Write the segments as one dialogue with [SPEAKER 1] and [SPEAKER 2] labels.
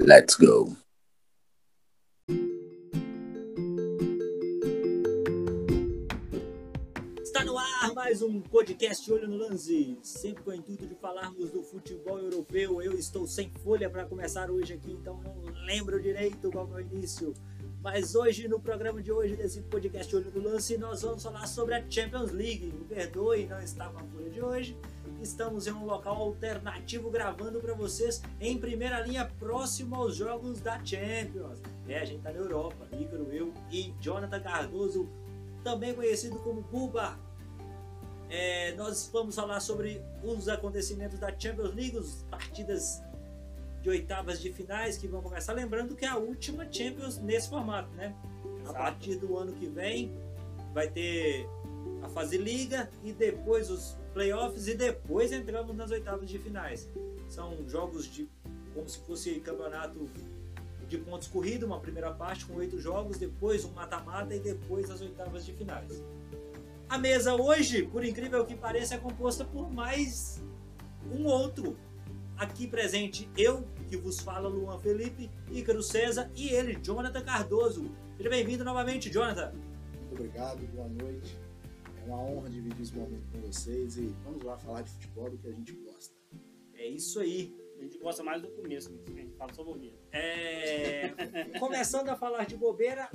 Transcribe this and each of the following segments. [SPEAKER 1] Let's go.
[SPEAKER 2] Está no ar mais um podcast Olho no Lance, sempre com o intuito de falarmos do futebol europeu. Eu estou sem folha para começar hoje aqui, então não lembro direito qual é o início. Mas hoje, no programa de hoje desse podcast Olho no Lance, nós vamos falar sobre a Champions League. Me perdoe, não está com a folha de hoje. Estamos em um local alternativo gravando para vocês em primeira linha, próximo aos jogos da Champions. É, a gente está na Europa, Ícaro, eu e Jonathan Cardoso, também conhecido como Buba. É, nós vamos falar sobre os acontecimentos da Champions League, as partidas de oitavas de finais que vão começar. Lembrando que é a última Champions nesse formato, né? A partir do ano que vem vai ter a fase liga e depois os playoffs e depois entramos nas oitavas de finais. São jogos de como se fosse campeonato de pontos corrido, uma primeira parte com oito jogos, depois um mata-mata e depois as oitavas de finais. A mesa hoje, por incrível que pareça, é composta por mais um outro. Aqui presente eu, que vos fala Luan Felipe, Ícaro César e ele, Jonathan Cardoso. Seja bem-vindo novamente, Jonathan.
[SPEAKER 3] Muito obrigado, boa noite. É uma honra dividir esse momento com vocês e vamos lá falar de futebol do que a gente gosta.
[SPEAKER 2] É isso aí.
[SPEAKER 4] A gente gosta mais do começo, né? a gente fala só bobeira.
[SPEAKER 2] É, Começando a falar de bobeira.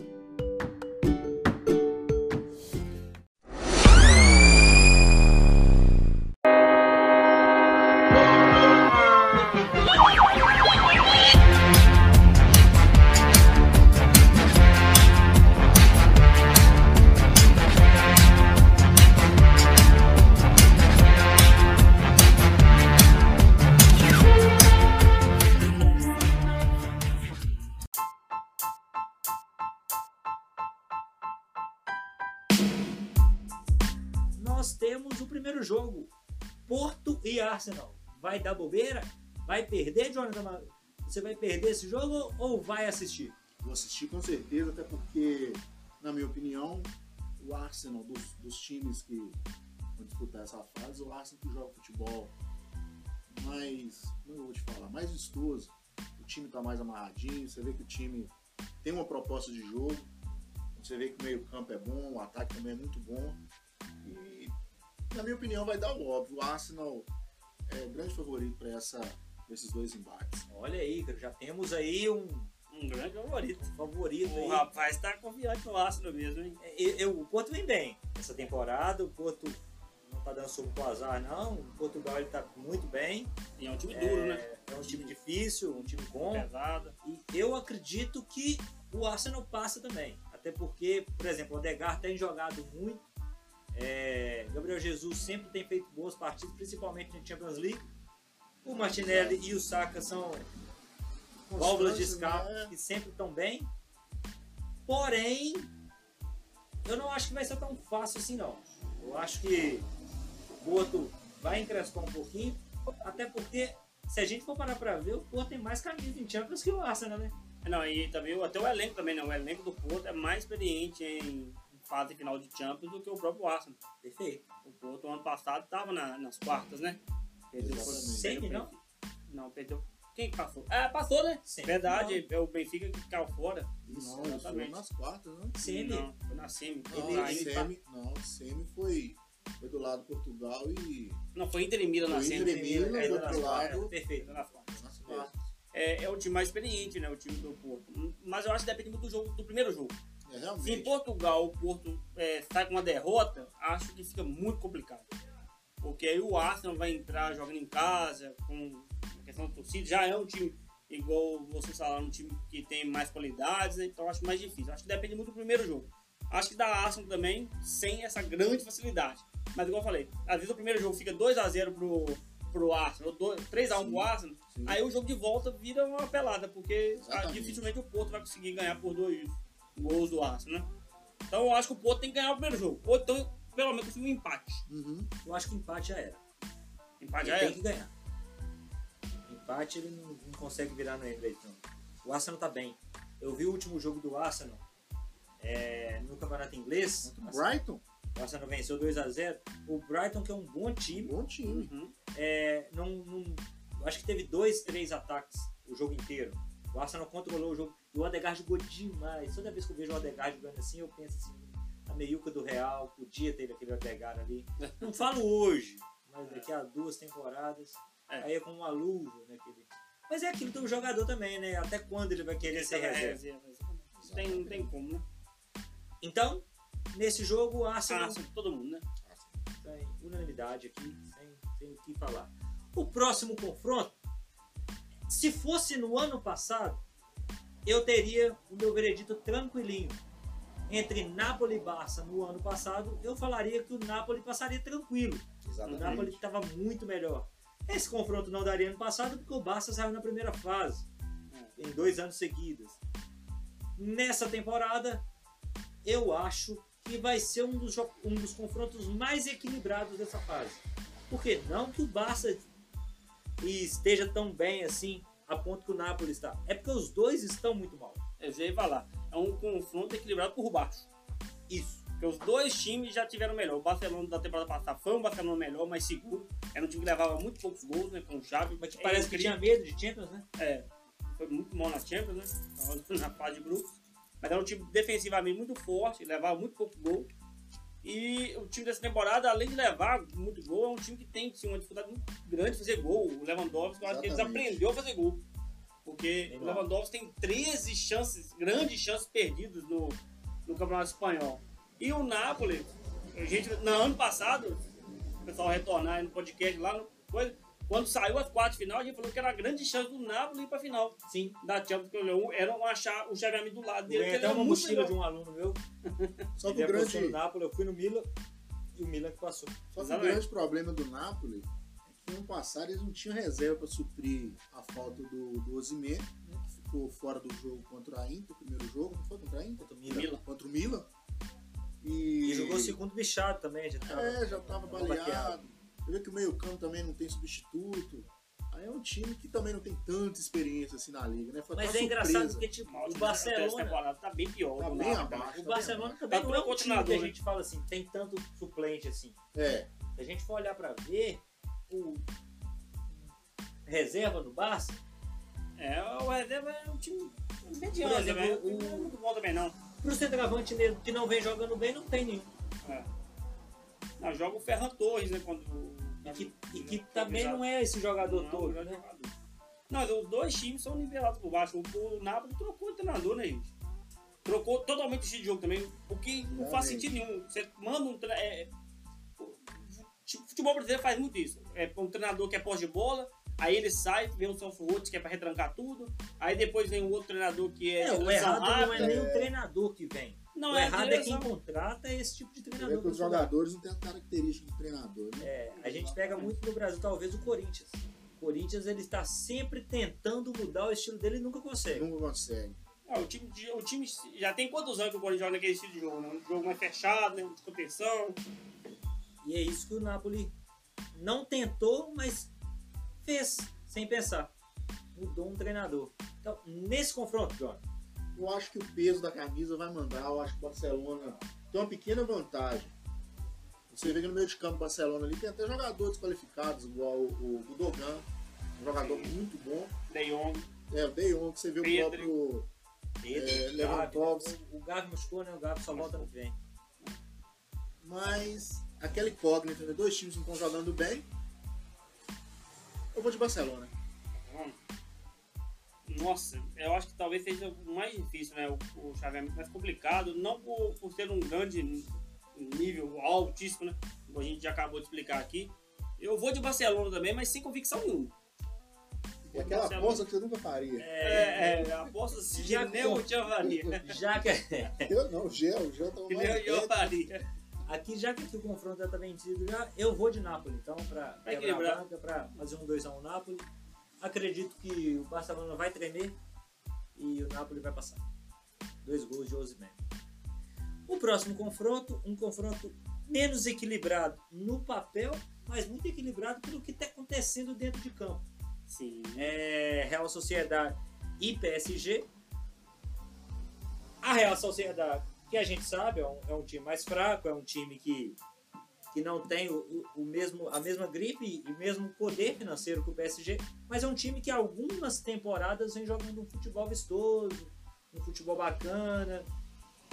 [SPEAKER 2] Nós temos o primeiro jogo: Porto e Arsenal. Vai dar bobeira? Vai perder, Jonathan? Ma- Você vai perder esse jogo ou vai assistir?
[SPEAKER 3] Vou assistir com certeza, até porque, na minha opinião, o Arsenal, dos, dos times que vão disputar essa fase, é o Arsenal que joga futebol mais, como é eu vou te falar, mais vistoso. O time tá mais amarradinho, você vê que o time tem uma proposta de jogo, você vê que o meio-campo é bom, o ataque também é muito bom. E, na minha opinião, vai dar o óbvio. O Arsenal é o grande favorito para esses dois embates.
[SPEAKER 2] Olha aí, cara, já temos aí um
[SPEAKER 4] Um grande favorito.
[SPEAKER 2] favorito.
[SPEAKER 4] O
[SPEAKER 2] aí.
[SPEAKER 4] rapaz tá confiante no Arsenal mesmo, hein?
[SPEAKER 2] Eu- eu- o Porto vem bem essa temporada. O Porto não tá dando soco pro azar, não. O Portugal ele tá muito bem.
[SPEAKER 4] E é um time duro, né?
[SPEAKER 2] É um time difícil, um time bom.
[SPEAKER 4] É, Pesado.
[SPEAKER 2] E eu acredito que o Arsenal passa também. Até porque, por exemplo, o Odegaard tem jogado muito. É, Gabriel Jesus sempre tem feito boas partidas, principalmente na Champions League. O Martinelli e o Saka são válvulas de escape
[SPEAKER 3] Constância, né?
[SPEAKER 2] que sempre estão bem. Porém, eu não acho que vai ser tão fácil assim não. Eu acho que o Porto vai encrespar um pouquinho, até porque se a gente for parar pra ver, o Porto tem mais camisa em Champions que o Arsenal, né?
[SPEAKER 4] Não, e também o- até o elenco também, né? O elenco do Porto é mais experiente em fase final de Champions do que o próprio Arsenal.
[SPEAKER 2] Perfeito.
[SPEAKER 4] O Porto ano passado tava na- nas quartas, né? Perdeu pro-
[SPEAKER 3] Exatamente.
[SPEAKER 2] Semi,
[SPEAKER 4] perdeu
[SPEAKER 2] não?
[SPEAKER 4] pro- Não, perdeu. Quem que passou? Ah, passou, né?
[SPEAKER 2] Semi,
[SPEAKER 4] Verdade, é o Benfica que caiu fora.
[SPEAKER 3] Não,
[SPEAKER 4] Exatamente.
[SPEAKER 3] eles foram nas quartas, né?
[SPEAKER 2] não. Semi.
[SPEAKER 4] Não, foi na Semi.
[SPEAKER 3] Não,
[SPEAKER 4] Ele- tá
[SPEAKER 3] o
[SPEAKER 4] ele-
[SPEAKER 3] Semi, não, o Semi foi, foi do lado de Portugal e
[SPEAKER 4] Não, foi Inter e Milan na
[SPEAKER 3] Foi
[SPEAKER 4] Semi. tá
[SPEAKER 3] Inter e Milan,
[SPEAKER 2] É,
[SPEAKER 3] do
[SPEAKER 2] nas
[SPEAKER 3] outro
[SPEAKER 2] quartas,
[SPEAKER 3] lado.
[SPEAKER 2] Perfeito.
[SPEAKER 4] nas quartas.
[SPEAKER 3] nas quartas.
[SPEAKER 4] é, é o time mais experiente, né? O time do Porto. Mas eu acho que depende muito do jogo do primeiro jogo.
[SPEAKER 3] É,
[SPEAKER 4] Se em
[SPEAKER 3] realmente.
[SPEAKER 4] Portugal o Porto é, sai com uma derrota, acho que fica muito complicado. Porque aí o Arsenal vai entrar jogando em casa, com a questão da torcida, já é um time, igual vocês falaram, um time que tem mais qualidades, né? então acho mais difícil. Acho que depende muito do primeiro jogo. Acho que dá Arsenal também sem essa grande facilidade. Mas igual eu falei, às vezes o primeiro jogo fica 2x0 pro, pro Arsenal, ou dois- 3x1 pro Arsenal,
[SPEAKER 3] Sim.
[SPEAKER 4] aí o jogo de volta vira uma pelada, porque ah,
[SPEAKER 3] Exatamente.
[SPEAKER 4] dificilmente o Porto vai conseguir ganhar por dois gols do Arsenal, né? Então eu acho que o Porto tem que ganhar o primeiro jogo. Ou então, pelo menos, conseguir um empate.
[SPEAKER 3] Uhum.
[SPEAKER 2] Eu acho que o empate já era.
[SPEAKER 3] Ah,
[SPEAKER 4] Empate
[SPEAKER 2] ele
[SPEAKER 4] já
[SPEAKER 2] tem
[SPEAKER 4] é.
[SPEAKER 2] que ganhar. Empate ele não, não consegue virar no inglês, não. O Arsenal tá bem. Eu vi o último jogo do Arsenal é, no campeonato inglês.
[SPEAKER 3] Contra o Brighton,
[SPEAKER 2] O Arsenal venceu 2x0. O Brighton, que é um bom time,
[SPEAKER 3] bom time.
[SPEAKER 4] Uhum.
[SPEAKER 2] é, não, não- eu acho que teve dois, três ataques o jogo inteiro. O Arsenal controlou o jogo. E o Odegaard jogou demais. Toda vez que eu vejo o Odegaard jogando assim, eu penso assim, a meiuca do Real podia ter aquele Odegaard ali. Não falo hoje, mas daqui a duas temporadas.
[SPEAKER 4] É.
[SPEAKER 2] Aí é como uma luva naquele. Mas é aquilo do jogador também, né? Até quando ele vai querer ser
[SPEAKER 4] é,
[SPEAKER 2] reserva.
[SPEAKER 4] reserva, exatamente. Isso tem, não tem como, né?
[SPEAKER 2] Então, nesse jogo, o Arsenal
[SPEAKER 4] Arsenal, todo mundo, né?
[SPEAKER 2] tem Tá unanimidade aqui, sem, sem o que falar. O próximo confronto, se fosse no ano passado, eu teria o meu veredito tranquilinho. Entre Napoli e Barça no ano passado, eu falaria que o Napoli passaria tranquilo. O Napoli
[SPEAKER 3] Exatamente.
[SPEAKER 2] estava muito melhor. Esse confronto não daria ano passado porque o Barça saiu na primeira fase, em dois anos seguidos. Nessa temporada, eu acho que vai ser um dos, jo- um dos confrontos mais equilibrados dessa fase. Porque não que o Barça esteja tão bem assim a ponto que o Napoli está. É porque os dois estão muito mal.
[SPEAKER 4] É, já ia falar. É um confronto equilibrado por baixo.
[SPEAKER 2] Isso.
[SPEAKER 4] Porque os dois times já tiveram melhor. O Barcelona da temporada passada foi um Barcelona melhor, mais seguro. Era um time que levava muito poucos gols, né? Com o Xavi.
[SPEAKER 2] Mas que
[SPEAKER 4] É
[SPEAKER 2] parece que
[SPEAKER 4] incrível.
[SPEAKER 2] tinha medo de Champions, né?
[SPEAKER 4] É, foi muito mal na Champions, né? Tava Na fase de grupos. Mas era um time defensivamente muito forte, levava muito pouco gol. E o time dessa temporada, além de levar muito gol, é um time que tem sim, uma dificuldade muito grande de fazer gol. O Lewandowski, eu acho que ele
[SPEAKER 3] Exatamente.
[SPEAKER 4] desaprendeu a fazer gol. Porque
[SPEAKER 2] Bem
[SPEAKER 4] o
[SPEAKER 2] lá.
[SPEAKER 4] Lewandowski tem 13 chances, grandes chances perdidas no, no Campeonato Espanhol. E o Napoli, a gente, no ano passado, o pessoal retornar aí no podcast lá, no, coisa, quando saiu as quartas de final, a gente falou que era a grande chance do Napoli ir pra final
[SPEAKER 2] Sim.
[SPEAKER 4] da Champions que eu era um achar o chaveamento do lado dele.
[SPEAKER 2] Ganhei até
[SPEAKER 4] que ele era
[SPEAKER 2] uma
[SPEAKER 4] muito
[SPEAKER 2] mochila
[SPEAKER 4] melhor.
[SPEAKER 2] de um aluno meu.
[SPEAKER 3] Só que
[SPEAKER 2] ele
[SPEAKER 3] o
[SPEAKER 2] apostou
[SPEAKER 3] grande,
[SPEAKER 2] no Napoli, eu fui no Milan e o Milan que passou.
[SPEAKER 3] só que o
[SPEAKER 4] Exatamente.
[SPEAKER 3] grande problema do Napoli é que no ano passado eles não tinham reserva para suprir a falta do, do Osimhen, né, que ficou fora do jogo contra a Inter, o primeiro jogo, não foi contra a Inter?
[SPEAKER 2] Contra o
[SPEAKER 4] Milan.
[SPEAKER 3] Contra o Milan.
[SPEAKER 2] E
[SPEAKER 3] E,
[SPEAKER 2] jogou o segundo bichado também, já tava.
[SPEAKER 3] É, já tava
[SPEAKER 2] tava baqueado.
[SPEAKER 3] baleado. Você vê que o meio-campo também não tem substituto. Aí é um time que também não tem tanta experiência assim na liga, né? Foi
[SPEAKER 2] Mas
[SPEAKER 3] até
[SPEAKER 2] é
[SPEAKER 3] uma
[SPEAKER 2] engraçado
[SPEAKER 3] surpresa.
[SPEAKER 2] porque, tipo,
[SPEAKER 4] Mal,
[SPEAKER 2] o
[SPEAKER 4] time dessa
[SPEAKER 2] Barcelona.
[SPEAKER 4] temporada tá bem pior.
[SPEAKER 3] Tá
[SPEAKER 4] do
[SPEAKER 3] bem
[SPEAKER 4] Napoli.
[SPEAKER 3] abaixo.
[SPEAKER 2] O Barcelona
[SPEAKER 3] tá
[SPEAKER 2] também
[SPEAKER 4] Tá
[SPEAKER 2] não é
[SPEAKER 4] tudo
[SPEAKER 2] um time que a
[SPEAKER 4] continuador, né?
[SPEAKER 2] gente fala assim, tem tanto suplente assim.
[SPEAKER 3] bem abaixo. É,
[SPEAKER 2] Se a gente for olhar pra ver, o reserva do Barça,
[SPEAKER 4] É, o reserva é um time mediano,
[SPEAKER 2] Por exemplo,
[SPEAKER 4] né?
[SPEAKER 2] o-
[SPEAKER 4] Não é muito bom também, não.
[SPEAKER 2] pro centroavante mesmo que não vem jogando bem, não tem nenhum.
[SPEAKER 4] É. Não, joga o Ferran Torres, né? Quando, tá
[SPEAKER 2] E que, e que também não é esse
[SPEAKER 4] jogador
[SPEAKER 2] jogador todo, né?
[SPEAKER 4] Não, mas os dois times são nivelados por baixo. O, o Napoli trocou o treinador, né, gente? Trocou totalmente o estilo de jogo também, o que não faz
[SPEAKER 3] Realmente.
[SPEAKER 4] sentido nenhum. Você manda um tre- é, o- tipo, Futebol brasileiro faz muito isso. É um treinador que é pós de bola, aí ele sai, vem um Celso outro que é pra retrancar tudo, aí depois vem um outro treinador que é,
[SPEAKER 2] É,
[SPEAKER 4] de
[SPEAKER 2] o
[SPEAKER 4] transição
[SPEAKER 2] errado não é
[SPEAKER 4] rápida.
[SPEAKER 2] nem o treinador que vem.
[SPEAKER 4] Não,
[SPEAKER 2] O
[SPEAKER 4] é
[SPEAKER 2] errado é quem
[SPEAKER 4] direção.
[SPEAKER 2] contrata esse tipo de
[SPEAKER 3] você vê
[SPEAKER 2] treinador.
[SPEAKER 3] é que os jogadores não têm a característica de treinador, né?
[SPEAKER 2] É, a gente pega muito no Brasil, talvez, o Corinthians. O Corinthians ele está sempre tentando mudar o estilo dele e nunca consegue.
[SPEAKER 3] Não consegue.
[SPEAKER 4] Ah, o, time, de- o time já tem quantos anos que o Corinthians joga naquele estilo de jogo? Né? Um jogo mais fechado, né? de contenção.
[SPEAKER 2] E é isso que o Napoli não tentou, mas fez, sem pensar. Mudou um treinador. Então, nesse confronto, John,
[SPEAKER 3] Eu acho que o peso da camisa vai mandar. Eu acho que o Barcelona tem uma pequena vantagem. Você vê que no meio de campo do Barcelona ali tem até jogadores qualificados, igual o, o Gudogan, um jogador muito bom.
[SPEAKER 4] De Jong.
[SPEAKER 3] É, o De Jong, que você vê
[SPEAKER 4] Pedro.
[SPEAKER 3] o próprio
[SPEAKER 2] Pedro,
[SPEAKER 3] É,
[SPEAKER 2] Gavi,
[SPEAKER 3] Lewandowski.
[SPEAKER 2] né? o, o Gavi machucou, né? O Gavi só volta no que vem.
[SPEAKER 3] Mas aquela incógnita, né? Dois times não estão jogando bem. Eu vou de Barcelona.
[SPEAKER 4] Mano, Nossa, eu acho que talvez seja o mais difícil, né? O, o chaveamento mais complicado, não por, por ser um grande ni- nível altíssimo, né? Como a gente já acabou de explicar aqui. Eu vou de Barcelona também, mas sem convicção nenhuma.
[SPEAKER 3] É aquela
[SPEAKER 4] Barcelona.
[SPEAKER 3] aposta que você nunca faria.
[SPEAKER 4] É, é, aposto se
[SPEAKER 2] Já
[SPEAKER 4] nem eu
[SPEAKER 2] conta.
[SPEAKER 4] te avalia.
[SPEAKER 2] Já que,
[SPEAKER 3] Eu não, o Gel, o tá Gel tava
[SPEAKER 4] Que nem
[SPEAKER 3] mais
[SPEAKER 4] eu
[SPEAKER 3] perto.
[SPEAKER 4] avalia.
[SPEAKER 2] aqui, já que aqui o confronto já tá vencido, já, eu vou de Napoli, então, para
[SPEAKER 4] Vai
[SPEAKER 2] quebrar a
[SPEAKER 4] quebrar.
[SPEAKER 2] banca, para fazer um 2x1 Napoli. Acredito que o Barcelona vai tremer e o Napoli vai passar. Dois gols de Osimhen. O próximo confronto, um confronto menos equilibrado no papel, mas muito equilibrado pelo que está acontecendo dentro de campo.
[SPEAKER 4] Sim.
[SPEAKER 2] é, Real Sociedade e PSG. A Real Sociedade, que a gente sabe, é um, é um time mais fraco, é um time que que não tem o, o- o mesmo, a mesma gripe e mesmo poder financeiro que o PSG, mas é um time que algumas temporadas vem jogando um futebol vistoso, um futebol bacana,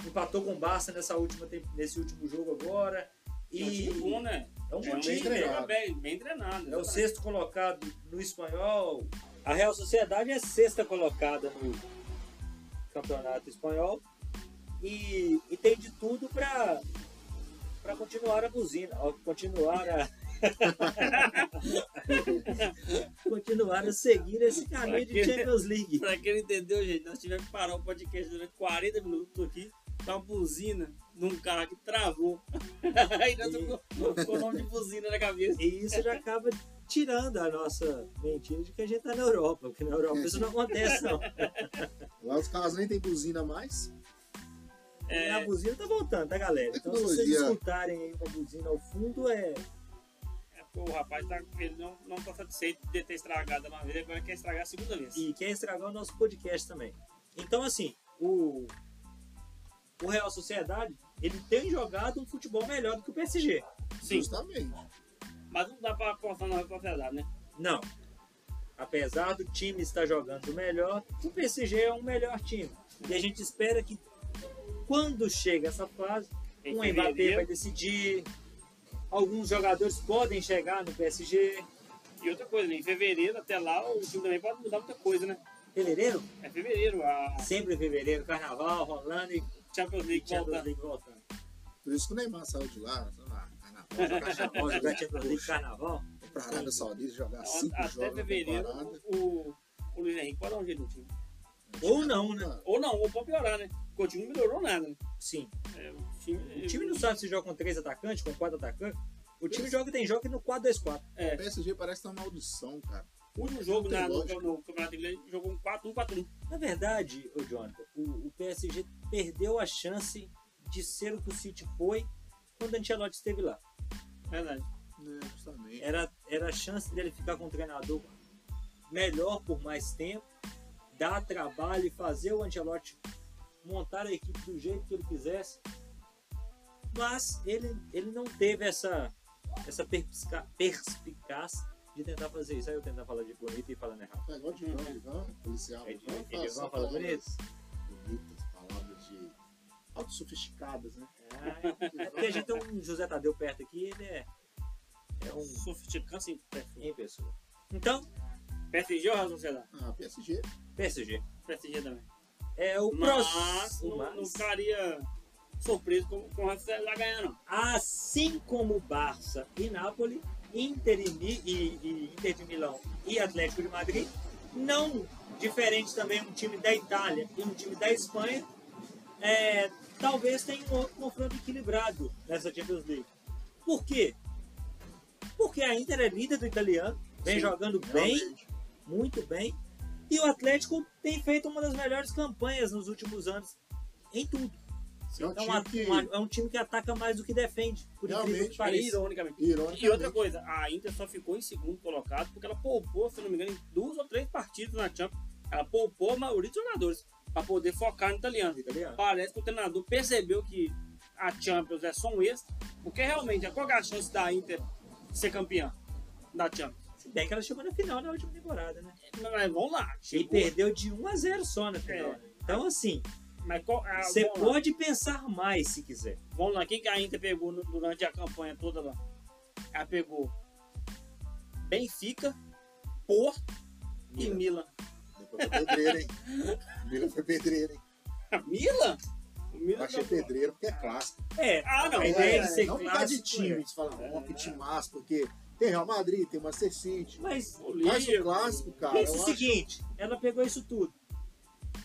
[SPEAKER 2] empatou com o Barça nessa última, tem- nesse último jogo agora.
[SPEAKER 4] É um
[SPEAKER 2] E
[SPEAKER 4] time bom, né?
[SPEAKER 2] é um
[SPEAKER 4] É
[SPEAKER 2] bom
[SPEAKER 4] um
[SPEAKER 2] time,
[SPEAKER 4] bem
[SPEAKER 2] né?
[SPEAKER 4] treinado. Bem, bem treinado.
[SPEAKER 2] É o
[SPEAKER 4] exatamente.
[SPEAKER 2] sexto colocado no espanhol. A Real Sociedade é sexta colocada no campeonato espanhol. E, e tem de tudo para para continuar a buzina, ó, continuar a continuar a seguir esse caminho de Champions League.
[SPEAKER 4] Pra quem não entendeu, gente, nós tivemos que parar o podcast durante 40 minutos aqui com uma buzina num carro que travou. Aí nós ficou com o nome de buzina na cabeça.
[SPEAKER 2] E isso já acaba tirando a nossa mentira de que a gente tá na Europa, porque na Europa isso não acontece não.
[SPEAKER 3] Lá os caras nem tem buzina mais.
[SPEAKER 2] E
[SPEAKER 4] É.
[SPEAKER 2] a buzina tá voltando, tá, galera? Então, se vocês
[SPEAKER 3] Tecnologia.
[SPEAKER 2] escutarem aí uma buzina ao fundo, é.
[SPEAKER 4] É porque o rapaz tá, ele não, não tá satisfeito de ter estragado uma vez, agora quer estragar a segunda vez.
[SPEAKER 2] E quer estragar o nosso podcast também. Então, assim, o. O Real Sociedade, ele tem jogado um futebol melhor do que o PSG.
[SPEAKER 4] Sim,
[SPEAKER 3] Justamente.
[SPEAKER 4] mas não dá pra apostar na propriedade, né?
[SPEAKER 2] Não. Apesar do time estar jogando melhor, o PSG é um melhor time. E a gente espera que quando chega essa fase,
[SPEAKER 4] Em
[SPEAKER 2] um Mbappé
[SPEAKER 4] fevereiro.
[SPEAKER 2] vai decidir. Alguns jogadores podem chegar no PSG.
[SPEAKER 4] E outra coisa, né? em fevereiro até lá o time também pode mudar muita coisa, né?
[SPEAKER 2] Fevereiro?
[SPEAKER 4] É fevereiro, a
[SPEAKER 2] Sempre em fevereiro, carnaval, rolando e
[SPEAKER 4] Champions League volta.
[SPEAKER 2] Champions League voltando.
[SPEAKER 3] Por isso que o Neymar saiu de lá, sei lá, tá carnaval, jogar
[SPEAKER 2] Vamos
[SPEAKER 3] champanhe,
[SPEAKER 2] jogar
[SPEAKER 3] jogar
[SPEAKER 2] Champions League carnaval?
[SPEAKER 3] champanhe, pra Arábia Saudita, jogar
[SPEAKER 4] Então,
[SPEAKER 3] cinco
[SPEAKER 4] até
[SPEAKER 3] jogos na
[SPEAKER 4] fevereiro
[SPEAKER 3] temporada.
[SPEAKER 4] o, o Luiz Henrique pode dar um jeito no time.
[SPEAKER 2] Ou não, né?
[SPEAKER 4] Ou não, ou pode piorar, né? Porque o time não melhorou nada, né?
[SPEAKER 2] Sim.
[SPEAKER 4] É, o time,
[SPEAKER 2] O time não sabe se joga com três atacantes, com quatro atacantes. O time joga tem joga no 4-2-4.
[SPEAKER 3] O PSG parece que tá uma maldição, cara.
[SPEAKER 4] O último
[SPEAKER 3] Não
[SPEAKER 4] jogo
[SPEAKER 3] tem
[SPEAKER 4] na, no,
[SPEAKER 3] lógica.
[SPEAKER 4] no Campeonato Inglês jogou um 4-1-4-1.
[SPEAKER 2] Na verdade, o Jonathan, o, o PSG perdeu a chance de ser o que o City foi quando o Ancelotti esteve lá.
[SPEAKER 4] Verdade.
[SPEAKER 3] É, justamente.
[SPEAKER 2] Era, era a chance dele ficar com um treinador melhor por mais tempo, dar trabalho e fazer o Ancelotti montar a equipe do jeito que ele quisesse. Mas ele, ele não teve essa, essa perpisca- perspicaz de tentar fazer isso. Aí eu tentar falar de bonito e falando errado.
[SPEAKER 3] Tá igual de Ivan, Ivan, policial.
[SPEAKER 2] Ele-
[SPEAKER 3] Ivan
[SPEAKER 2] ele-
[SPEAKER 3] fala
[SPEAKER 2] ele
[SPEAKER 3] só
[SPEAKER 2] vai falar
[SPEAKER 3] palavras Bonitas, palavras de... Autossofisticadas, né?
[SPEAKER 4] então.
[SPEAKER 2] É porque a gente tem um José Tadeu perto aqui, ele é, é um
[SPEAKER 4] Sofisticando assim, perfeito.
[SPEAKER 2] em pessoa. Então,
[SPEAKER 4] PSG ou Real Sociedade?
[SPEAKER 3] Ah, PSG.
[SPEAKER 2] PSG.
[SPEAKER 4] PSG também.
[SPEAKER 2] É o
[SPEAKER 4] Mas
[SPEAKER 2] próximo.
[SPEAKER 4] não, não ficaria surpreso com, com o Real Sociedade ganhar, não.
[SPEAKER 2] assim como Barça e Nápoles, Inter, e, Mi- e- e Inter de Milão e Atlético de Madrid, não diferente também um time da Itália e um time da Espanha, é, talvez tenha um outro confronto equilibrado nessa Champions League. Por quê? Porque a Inter é líder do italiano, vem
[SPEAKER 3] Sim,
[SPEAKER 2] jogando bem,
[SPEAKER 3] realmente.
[SPEAKER 2] muito bem. E o Atlético tem feito uma das melhores campanhas nos últimos anos em tudo.
[SPEAKER 3] É um
[SPEAKER 2] É um,
[SPEAKER 3] time
[SPEAKER 2] at-
[SPEAKER 3] que,
[SPEAKER 2] uma- é um time que ataca mais do que defende, por incrível que
[SPEAKER 3] Realmente,
[SPEAKER 4] Parece.
[SPEAKER 2] pareça.
[SPEAKER 4] Ironicamente.
[SPEAKER 3] ironicamente,
[SPEAKER 4] E outra coisa, a Inter só ficou em segundo colocado porque ela poupou, se não me engano, em duas ou três partidas na Champions. Ela poupou a maioria dos jogadores para poder focar no italiano.
[SPEAKER 2] Italiano.
[SPEAKER 4] Parece que o treinador percebeu que a Champions é só um extra, porque realmente qual que é a chance da Inter ser campeã da Champions?
[SPEAKER 2] Se bem que ela chegou na final na última temporada, né?
[SPEAKER 4] Mas vamos lá,
[SPEAKER 2] E
[SPEAKER 4] chegou.
[SPEAKER 2] perdeu de 1 a 0 só na final.
[SPEAKER 4] Tipo, É.
[SPEAKER 2] Então, assim,
[SPEAKER 4] Mas qual- ah,
[SPEAKER 2] você
[SPEAKER 4] vamos, lá.
[SPEAKER 2] pode pensar mais se quiser.
[SPEAKER 4] vamos lá, quem que a Inter pegou no- durante a campanha toda lá? Ela pegou Benfica, Porto e
[SPEAKER 3] Milan.
[SPEAKER 4] Milan.
[SPEAKER 3] Depois foi pedreiro, hein? Mila foi pedreiro, hein?
[SPEAKER 4] Milan? O Milan
[SPEAKER 3] Eu achei
[SPEAKER 4] jogou-
[SPEAKER 3] pedreiro porque é clássico.
[SPEAKER 2] É,
[SPEAKER 4] Ah, não,
[SPEAKER 2] a
[SPEAKER 4] é,
[SPEAKER 2] ideia de ser
[SPEAKER 3] não ficar de
[SPEAKER 2] clássico, né?
[SPEAKER 3] time, de falar, ó, que time massa, porque tem Real Madrid, tem Manchester City.
[SPEAKER 2] é. Mas
[SPEAKER 3] Mas o clássico,
[SPEAKER 4] Ah,
[SPEAKER 3] cara,
[SPEAKER 2] pensa o
[SPEAKER 3] eu acho
[SPEAKER 2] seguinte, ela pegou isso tudo.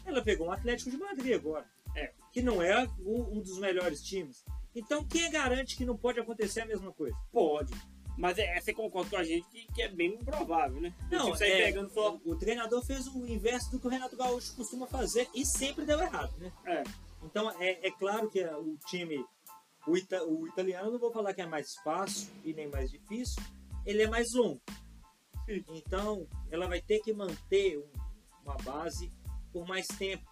[SPEAKER 2] Ela pegou um Atlético de Madrid agora,
[SPEAKER 4] É.
[SPEAKER 2] que não é um, um dos melhores times. Então, quem garante que não pode acontecer a mesma coisa?
[SPEAKER 4] Pode. Mas é, é, você concorda com a gente que, que é bem improvável, né? O time sair
[SPEAKER 2] é,
[SPEAKER 4] pegando só.
[SPEAKER 2] o treinador fez o inverso do que o Renato Gaúcho costuma fazer e sempre deu errado, né?
[SPEAKER 4] É.
[SPEAKER 2] Então é, é claro que é, o time, o, ita- o italiano, não vou falar que é mais fácil e nem mais difícil, ele é mais longo.
[SPEAKER 4] Sim.
[SPEAKER 2] Então ela vai ter que manter um- uma base por mais tempo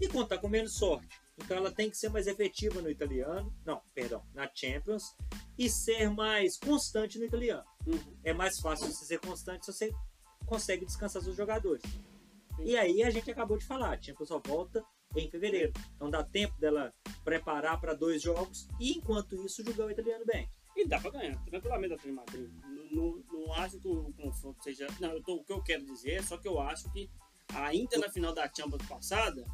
[SPEAKER 2] e contar com menos sorte. Então ela tem que ser mais efetiva no italiano, não, perdão, na Champions e ser mais constante no italiano.
[SPEAKER 4] Uhum.
[SPEAKER 2] É mais fácil você ser constante se você consegue descansar seus jogadores.
[SPEAKER 4] Sim.
[SPEAKER 2] E aí a gente acabou de falar, a Champions só volta em fevereiro. Então dá tempo dela preparar para dois jogos e enquanto isso jogar o italiano bem.
[SPEAKER 4] E dá pra ganhar, tranquilamente dá pra ganhar Madrid. Não- Não, não acho que o confronto seja. Não, eu tô- o que eu quero dizer é só que eu acho que a Inter na final da Champions passada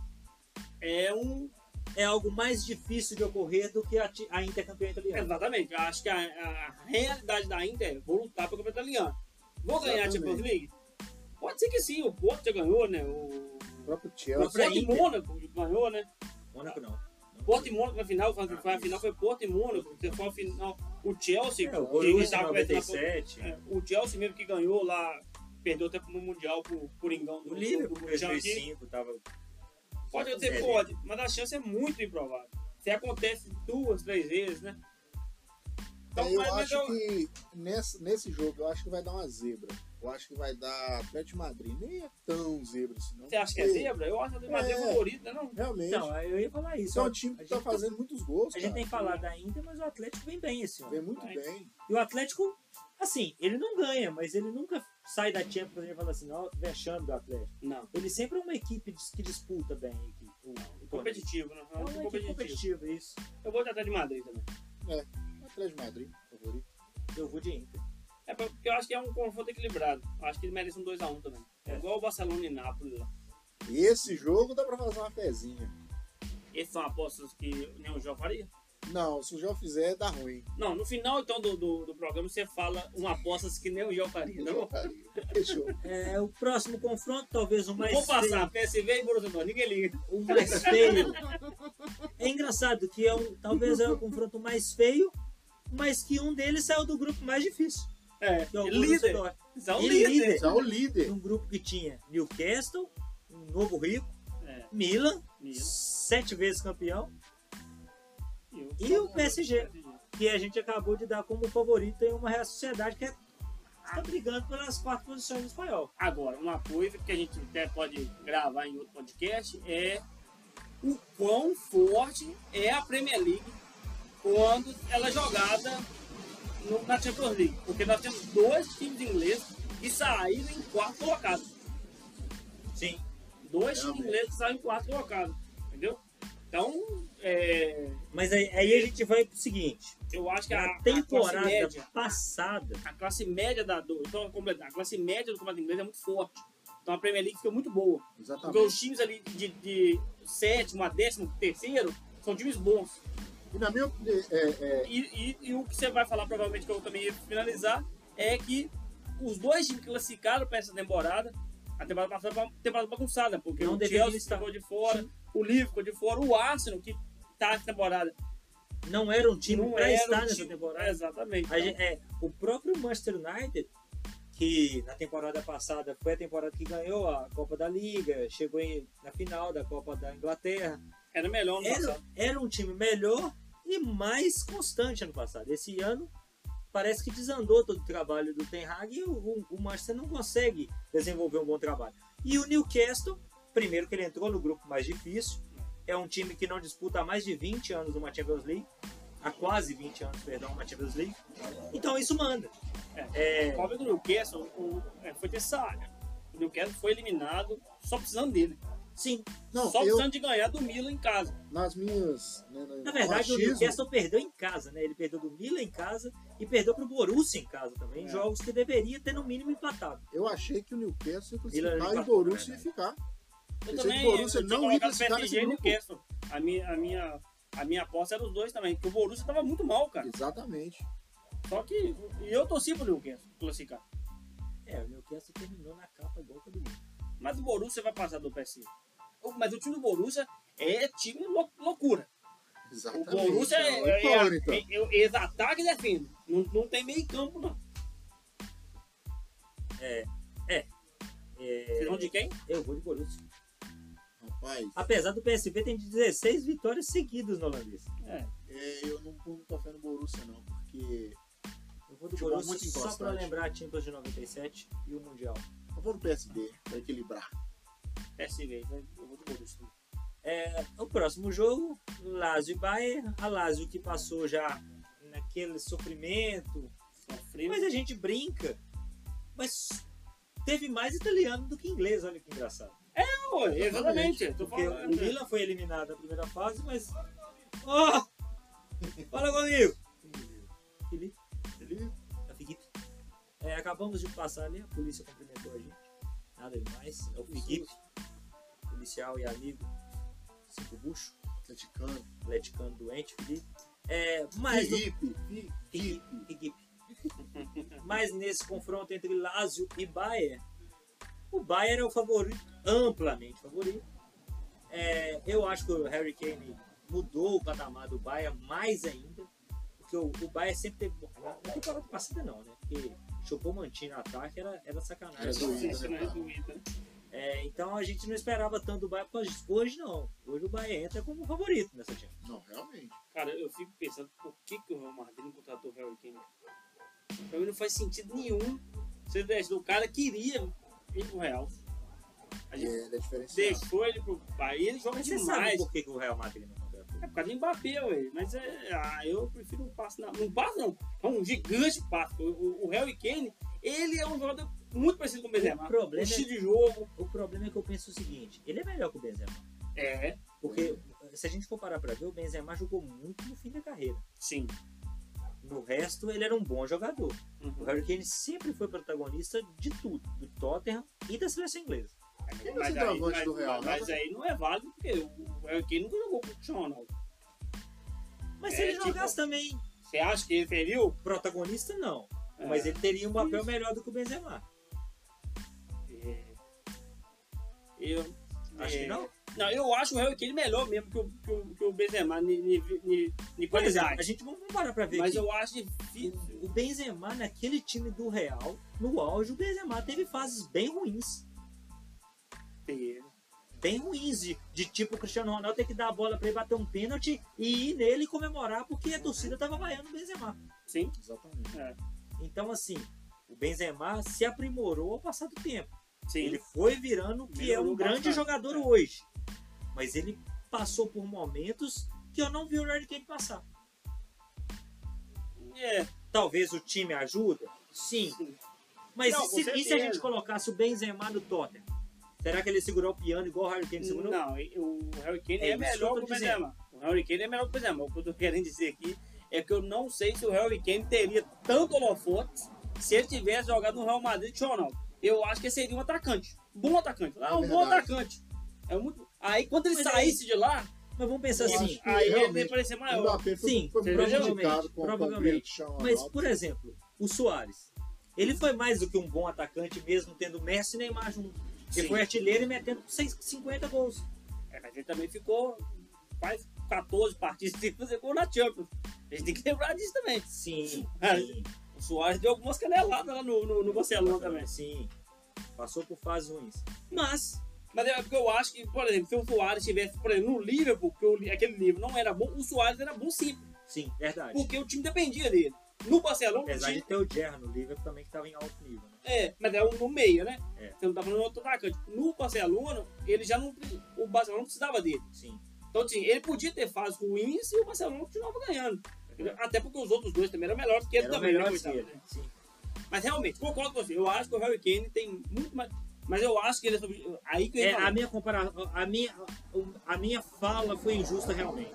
[SPEAKER 4] é um.
[SPEAKER 2] É algo mais difícil de ocorrer do que a, ti- a intercampeã italiana.
[SPEAKER 4] É, Exatamente, eu acho que a, a realidade da Inter é vou lutar pelo campeonato italiano. Vou ganhar a Champions League? Pode ser que sim, o Porto já ganhou, né? O,
[SPEAKER 3] O próprio
[SPEAKER 4] o
[SPEAKER 3] Chelsea.
[SPEAKER 2] pra
[SPEAKER 4] Porto e
[SPEAKER 2] Inter.
[SPEAKER 4] Mônaco ganhou, né?
[SPEAKER 2] Mônaco não.
[SPEAKER 4] Porto e Mônaco na final, foi,
[SPEAKER 3] Ah,
[SPEAKER 4] foi a
[SPEAKER 3] isso.
[SPEAKER 4] final foi Porto e Mônaco, que foi a final. O Chelsea,
[SPEAKER 2] É, o
[SPEAKER 4] que
[SPEAKER 2] Borussia
[SPEAKER 4] estava perdendo a-
[SPEAKER 2] 97.
[SPEAKER 4] É, o Chelsea mesmo que ganhou lá, perdeu tempo no Mundial pro Coringão
[SPEAKER 2] O
[SPEAKER 4] do
[SPEAKER 2] Liverpool
[SPEAKER 4] do Jean aqui.
[SPEAKER 2] 2005 tava...
[SPEAKER 4] Pode acontecer,
[SPEAKER 2] É,
[SPEAKER 4] pode, mas a chance é muito improvável. Se acontece duas, três vezes, né? Então,
[SPEAKER 3] eu
[SPEAKER 4] mas, mas
[SPEAKER 3] acho
[SPEAKER 4] eu-
[SPEAKER 3] que nesse, nesse jogo eu acho que vai dar uma zebra. Eu acho que vai dar Atlético de Madrid. Nem é tão zebra assim, não.
[SPEAKER 4] você acha que é
[SPEAKER 3] porque,
[SPEAKER 4] zebra? Eu acho que o Madrid é
[SPEAKER 3] É.
[SPEAKER 4] favorito, né? Não,
[SPEAKER 3] Realmente.
[SPEAKER 2] Não, eu ia falar isso.
[SPEAKER 3] é
[SPEAKER 2] ó.
[SPEAKER 3] um time
[SPEAKER 2] Então, a
[SPEAKER 3] que
[SPEAKER 2] gente
[SPEAKER 3] tá fazendo muitos gols.
[SPEAKER 2] A gente
[SPEAKER 3] cara.
[SPEAKER 2] tem falado ainda, mas o Atlético vem bem esse
[SPEAKER 3] Vem
[SPEAKER 2] ano.
[SPEAKER 3] muito
[SPEAKER 4] Vai.
[SPEAKER 3] bem.
[SPEAKER 2] E o Atlético, assim, ele não ganha, mas ele nunca sai da Champions e fala assim, ó, vexame do Atlético.
[SPEAKER 4] não.
[SPEAKER 2] Ele sempre é uma equipe dis- que disputa bem a equipe, o, o torneio.
[SPEAKER 4] Competitivo, né?
[SPEAKER 2] É uma equipe
[SPEAKER 4] competitivo.
[SPEAKER 2] competitiva, isso.
[SPEAKER 4] Eu vou tratar de Madrid também.
[SPEAKER 3] Atlético de Madrid, favorito.
[SPEAKER 2] Eu vou de Inter.
[SPEAKER 4] É porque eu acho que é um confronto equilibrado. Eu acho que ele merece um 2x1 também. É.
[SPEAKER 2] É.
[SPEAKER 4] Igual o Barcelona e Nápoles lá.
[SPEAKER 3] Esse jogo dá pra fazer uma fezinha.
[SPEAKER 4] Esses são apostas que nenhum jogo faria.
[SPEAKER 3] Não, se o João fizer, dá ruim.
[SPEAKER 4] Não, no final então do, do, do programa você fala uma aposta que nem o João faria, tá não?
[SPEAKER 3] Fechou.
[SPEAKER 2] É, o próximo confronto, talvez o mais
[SPEAKER 4] Vou
[SPEAKER 2] feio-
[SPEAKER 4] passar PSV e Borussia Dortmund, ninguém liga.
[SPEAKER 2] o mais feio. É engraçado que é um, talvez é o confronto mais feio, mas que um deles saiu do grupo mais difícil.
[SPEAKER 4] É,
[SPEAKER 2] Que é o Borussia
[SPEAKER 4] líder.
[SPEAKER 2] Dortmund.
[SPEAKER 4] São
[SPEAKER 2] E
[SPEAKER 4] líder.
[SPEAKER 2] líder.
[SPEAKER 3] Só o líder.
[SPEAKER 2] Num grupo que tinha Newcastle, um Novo Rico,
[SPEAKER 4] É,
[SPEAKER 2] Milan,
[SPEAKER 4] Milan.
[SPEAKER 2] sete vezes campeão,
[SPEAKER 4] E
[SPEAKER 2] E
[SPEAKER 4] o
[SPEAKER 2] o PSG? que a gente acabou de dar como favorito em uma Real Sociedade que está brigando pelas quatro posições do espanhol.
[SPEAKER 4] Agora, uma coisa que a gente até pode gravar em outro podcast é o quão forte é a Premier League quando ela é jogada no- na Champions League. Porque nós temos dois times ingleses que saíram em quarto colocado.
[SPEAKER 2] Sim.
[SPEAKER 4] Dois times
[SPEAKER 3] Realmente.
[SPEAKER 4] ingleses que saíram em quarto colocado. Entendeu? Então, é,
[SPEAKER 2] Mas aí, aí a gente vai pro seguinte:
[SPEAKER 4] eu acho que Ah, a,
[SPEAKER 2] na
[SPEAKER 4] a classe
[SPEAKER 2] É temporada
[SPEAKER 4] média
[SPEAKER 2] passada,
[SPEAKER 4] a classe média da do, então, completar, a classe média do campeonato inglês é muito forte. Então a Premier League fica muito boa. Porque
[SPEAKER 3] Exatamente.
[SPEAKER 4] os times ali de, de sétimo a décimo terceiro são times bons.
[SPEAKER 3] E na minha opinião, é, é,
[SPEAKER 4] E, e- e o que você vai falar, provavelmente, que eu também ia finalizar, é que os dois times que classificaram para essa temporada, a temporada passada foi uma temporada bagunçada, porque
[SPEAKER 2] Não
[SPEAKER 4] o
[SPEAKER 2] deveria
[SPEAKER 4] Chelsea
[SPEAKER 2] estar.
[SPEAKER 4] ficou de fora, o Liverpool ficou de fora, o Arsenal, que tá essa temporada.
[SPEAKER 2] não era um time
[SPEAKER 4] não
[SPEAKER 2] para
[SPEAKER 4] era
[SPEAKER 2] estar
[SPEAKER 4] um
[SPEAKER 2] nessa
[SPEAKER 4] time-
[SPEAKER 2] temporada.
[SPEAKER 4] Exatamente.
[SPEAKER 2] A gente- é, o próprio Manchester United, que na temporada passada foi a temporada que ganhou a Copa da Liga, chegou em- na final da Copa da Inglaterra,
[SPEAKER 4] Era melhor no
[SPEAKER 2] era,
[SPEAKER 4] passado.
[SPEAKER 2] era um time melhor e mais constante ano passado. Esse ano parece que desandou todo o trabalho do Ten Hag e o, o- o Manchester não consegue desenvolver um bom trabalho. E o Newcastle, primeiro que ele entrou no grupo mais difícil, é um time que não disputa há mais de 20 anos uma Champions League, há quase 20 anos, perdão, uma Champions League. Então isso manda. É,
[SPEAKER 4] A Copa do Newcastle o- é, foi terça-feira. O Newcastle foi eliminado só precisando dele.
[SPEAKER 2] Sim,
[SPEAKER 3] é, não,
[SPEAKER 4] só
[SPEAKER 3] eu,
[SPEAKER 4] precisando de ganhar do Milan em casa.
[SPEAKER 3] nas minhas. né, no-
[SPEAKER 2] na
[SPEAKER 3] no
[SPEAKER 2] verdade o
[SPEAKER 3] achismo,
[SPEAKER 2] Newcastle perdeu em casa, né? Ele perdeu do Milan em casa e perdeu para o Borussia em casa também,
[SPEAKER 4] É.
[SPEAKER 2] jogos que deveria ter no mínimo empatado.
[SPEAKER 3] eu achei que o Newcastle ia
[SPEAKER 4] é
[SPEAKER 2] Milan
[SPEAKER 3] classificar e o
[SPEAKER 2] empatou,
[SPEAKER 3] Borussia ia
[SPEAKER 2] né?
[SPEAKER 3] ficar.
[SPEAKER 4] Eu
[SPEAKER 3] Pensei
[SPEAKER 4] também
[SPEAKER 3] que o Borussia
[SPEAKER 4] eu tinha
[SPEAKER 3] não ia
[SPEAKER 4] colocado
[SPEAKER 3] classificar
[SPEAKER 4] PSG e
[SPEAKER 3] nesse grupo.
[SPEAKER 4] Newcastle. A minha, a, minha, a minha aposta era os dois também. Porque o Borussia tava muito mal, cara.
[SPEAKER 3] Exatamente.
[SPEAKER 4] Só que e eu torci pro Newcastle classificar.
[SPEAKER 2] É, o Newcastle terminou na capa igual todo mundo.
[SPEAKER 4] Mas o Borussia vai passar do PSG. O- Mas o time do Borussia é time lou- loucura. O
[SPEAKER 3] Exatamente. Então,
[SPEAKER 4] Borussia é,
[SPEAKER 3] uma
[SPEAKER 4] é,
[SPEAKER 3] incógnita.
[SPEAKER 4] é- é- eles atacam e defendem. Não, não tem meio campo, não. Vocês vão de quem?
[SPEAKER 2] É, Eu vou de Borussia.
[SPEAKER 3] Rapaz,
[SPEAKER 2] Apesar do PSV ter 16 vitórias seguidas no holandês.
[SPEAKER 4] É.
[SPEAKER 3] é, eu não ponho muita fé no Borussia, não, porque.
[SPEAKER 2] Eu vou do
[SPEAKER 3] Futebol
[SPEAKER 2] Borussia
[SPEAKER 3] muito
[SPEAKER 2] só pra
[SPEAKER 3] inconstante.
[SPEAKER 2] lembrar a Champions de 97 e o Mundial.
[SPEAKER 3] Eu vou no PSB pra equilibrar.
[SPEAKER 4] PSG. Eu vou do Borussia.
[SPEAKER 2] É, o próximo jogo, Lazio e Bayern. A Lazio que passou já na aquele sofrimento.
[SPEAKER 4] Sofreu.
[SPEAKER 2] Mas a gente brinca. Mas teve mais italiano do que inglês, olha que engraçado.
[SPEAKER 4] Pô, exatamente. eu Tô
[SPEAKER 2] Porque o
[SPEAKER 4] falando. né?
[SPEAKER 2] Milan foi eliminado na primeira fase, mas. Ó! Fala comigo! Felipe,
[SPEAKER 3] Ele
[SPEAKER 2] é Felipe. É, acabamos de passar ali, a polícia cumprimentou a gente. Nada demais. É o Felipe, policial e amigo. Cinco bucho,
[SPEAKER 3] criticando.
[SPEAKER 2] atleticano doente, Felipe. É, mas o
[SPEAKER 3] Felipe, Felipe, Felipe.
[SPEAKER 2] equipe. Mas nesse confronto entre Lazio e Bayern, o Bayern é o favorito, amplamente favorito. É, eu acho que o Harry Kane mudou o patamar do Bayern mais ainda, porque o, o Bayern sempre teve... Na temporada passada não, né? Porque chupou mantinha no ataque, era, era sacanagem.
[SPEAKER 3] Era doído.
[SPEAKER 4] Isso, né? Doído, né?
[SPEAKER 2] É, então a gente não esperava tanto do Bayern, porque hoje não. Hoje o Bayern entra como favorito nessa Champions.
[SPEAKER 3] Não, realmente.
[SPEAKER 4] Cara, eu fico pensando por que, que o Real Madrid não contratou o Harry Kane. Pra mim não faz sentido nenhum. Você deixa, o cara queria ir pro Real. A gente
[SPEAKER 3] Ele é diferenciado.
[SPEAKER 4] deixou ele pro Bahia, ele joga
[SPEAKER 2] Mas você sabe
[SPEAKER 4] é demais.
[SPEAKER 2] por que, que o Real Madrid não contratou?
[SPEAKER 4] É por causa do Mbappé, ué. Mas é, ah, eu prefiro um passo na. Um passo não. É um gigante passo. O, o, o Harry Kane, ele é um jogador muito parecido com o Benzema.
[SPEAKER 2] O problema é-
[SPEAKER 4] estilo de jogo.
[SPEAKER 2] O problema é que eu penso o seguinte, ele é melhor que o Benzema.
[SPEAKER 4] É,
[SPEAKER 2] Porque se a gente for parar pra ver, o Benzema jogou muito no fim da carreira.
[SPEAKER 4] sim.
[SPEAKER 2] No resto, ele era um bom jogador. O
[SPEAKER 4] Uhum.
[SPEAKER 2] Harry Kane sempre foi protagonista de tudo, do Tottenham e da seleção inglesa.
[SPEAKER 3] Quem é o centroavante do Real, né?
[SPEAKER 4] mas aí não é válido, porque o o Harry Kane nunca jogou com o Cristiano Ronaldo.
[SPEAKER 2] Mas
[SPEAKER 4] É,
[SPEAKER 2] se ele
[SPEAKER 4] tipo-
[SPEAKER 2] jogasse também
[SPEAKER 4] Você acha que ele feriu?
[SPEAKER 2] protagonista, não. Mas ele teria um papel melhor do que o Benzema.
[SPEAKER 4] É. Eu.
[SPEAKER 2] Acho
[SPEAKER 4] é,
[SPEAKER 2] que não.
[SPEAKER 4] Não, eu acho o Harry Kane melhor mesmo que o, que o, que o Benzema ni- ni- ni- ni
[SPEAKER 2] Por exemplo, a
[SPEAKER 4] qualidade.
[SPEAKER 2] gente vamos parar pra ver
[SPEAKER 4] Mas
[SPEAKER 2] aqui.
[SPEAKER 4] eu acho difícil.
[SPEAKER 2] O Benzema, naquele time do Real, no auge, o Benzema teve fases bem ruins.
[SPEAKER 4] ter.
[SPEAKER 2] Bem ruins, de, de tipo o Cristiano Ronaldo ter que dar a bola pra ele bater um pênalti e ir nele e comemorar porque a torcida tava vaiando o Benzema.
[SPEAKER 4] Sim.
[SPEAKER 3] Exatamente.
[SPEAKER 2] Então, assim, o Benzema se aprimorou ao passar do tempo.
[SPEAKER 4] Sim.
[SPEAKER 2] Ele foi virando o que é um
[SPEAKER 4] Melhorou
[SPEAKER 2] grande
[SPEAKER 4] bastante,
[SPEAKER 2] jogador
[SPEAKER 4] é.
[SPEAKER 2] hoje. Mas ele passou por momentos que eu não vi o Harry Kane passar.
[SPEAKER 4] É,
[SPEAKER 2] Talvez o time ajuda? Sim.
[SPEAKER 4] Sim.
[SPEAKER 2] Mas
[SPEAKER 4] Não,
[SPEAKER 2] e,
[SPEAKER 4] com
[SPEAKER 2] se, e se a
[SPEAKER 4] certeza.
[SPEAKER 2] gente colocasse o Benzema no Tottenham? Será que ele segurou o piano igual o Harry Kane segurou?
[SPEAKER 4] não, e- o Harry Kane
[SPEAKER 2] É
[SPEAKER 4] é,
[SPEAKER 2] isso que eu
[SPEAKER 4] melhor
[SPEAKER 2] tô
[SPEAKER 4] que o
[SPEAKER 2] dizendo.
[SPEAKER 4] Benzema. O Harry Kane é melhor que o Benzema. O que eu tô querendo dizer aqui é que eu não sei se o Harry Kane teria tanto holofote se ele tivesse jogado no Real Madrid ou não. Eu acho que ele seria um atacante. Bom atacante. Ah,
[SPEAKER 3] É
[SPEAKER 4] um bom
[SPEAKER 3] verdade.
[SPEAKER 4] atacante. É muito... Aí quando ele
[SPEAKER 2] Mas
[SPEAKER 4] saísse de lá,
[SPEAKER 2] Mas vamos pensar
[SPEAKER 3] Eu
[SPEAKER 2] assim.
[SPEAKER 3] acho que
[SPEAKER 4] aí ele
[SPEAKER 3] realmente,
[SPEAKER 4] ia parecer
[SPEAKER 3] O
[SPEAKER 4] maior.
[SPEAKER 3] Mbappé foi,
[SPEAKER 2] Sim,
[SPEAKER 3] foi muito
[SPEAKER 4] Ah, provavelmente,
[SPEAKER 3] criticado com o Palmeiras,
[SPEAKER 2] provavelmente.
[SPEAKER 3] Cristiano
[SPEAKER 2] Mas,
[SPEAKER 3] Ronaldo.
[SPEAKER 2] por exemplo, o Soares. Ele foi mais do que um bom atacante, mesmo tendo Messi e Neymar junto. Ele
[SPEAKER 4] Sim.
[SPEAKER 2] foi artilheiro e metendo seis- 50 gols.
[SPEAKER 4] É, mas ele também ficou quase 14 partidas sem fazer gol na Champions. A gente tem que lembrar disso também.
[SPEAKER 2] Sim, sim.
[SPEAKER 4] O Soares deu algumas caneladas lá no, no, no Barcelona também.
[SPEAKER 2] Sim. Passou por fases ruins. Mas,
[SPEAKER 4] Mas é porque eu acho que, por exemplo, se o Soares estivesse, por exemplo, no Liverpool, que o- aquele livro não era bom, o Soares era bom sim,
[SPEAKER 2] sim, verdade.
[SPEAKER 4] porque o time dependia dele. No Barcelona, o
[SPEAKER 2] Apesar de
[SPEAKER 4] time,
[SPEAKER 2] ter o Gerra no Liverpool também, que estava em alto nível. Né?
[SPEAKER 4] é, mas é um no meia, né?
[SPEAKER 2] É.
[SPEAKER 4] Você não tá falando outro atacante. No Barcelona, ele já não. O Barcelona não precisava dele.
[SPEAKER 2] Sim.
[SPEAKER 4] Então, assim, ele podia ter fases ruins e o Barcelona continuava ganhando. Entendeu? Até porque os outros dois também eram melhores que ele
[SPEAKER 2] Era o
[SPEAKER 4] também, né,
[SPEAKER 2] melhor
[SPEAKER 4] coitado,
[SPEAKER 2] dele.
[SPEAKER 4] né?
[SPEAKER 2] Sim.
[SPEAKER 4] Mas realmente, concordo com você. Eu acho que o Harry Kane tem muito mais. Mas eu acho que ele é sobre. Aí que eu ia
[SPEAKER 2] É,
[SPEAKER 4] falar.
[SPEAKER 2] a minha comparação, a minha, a minha fala foi injusta realmente.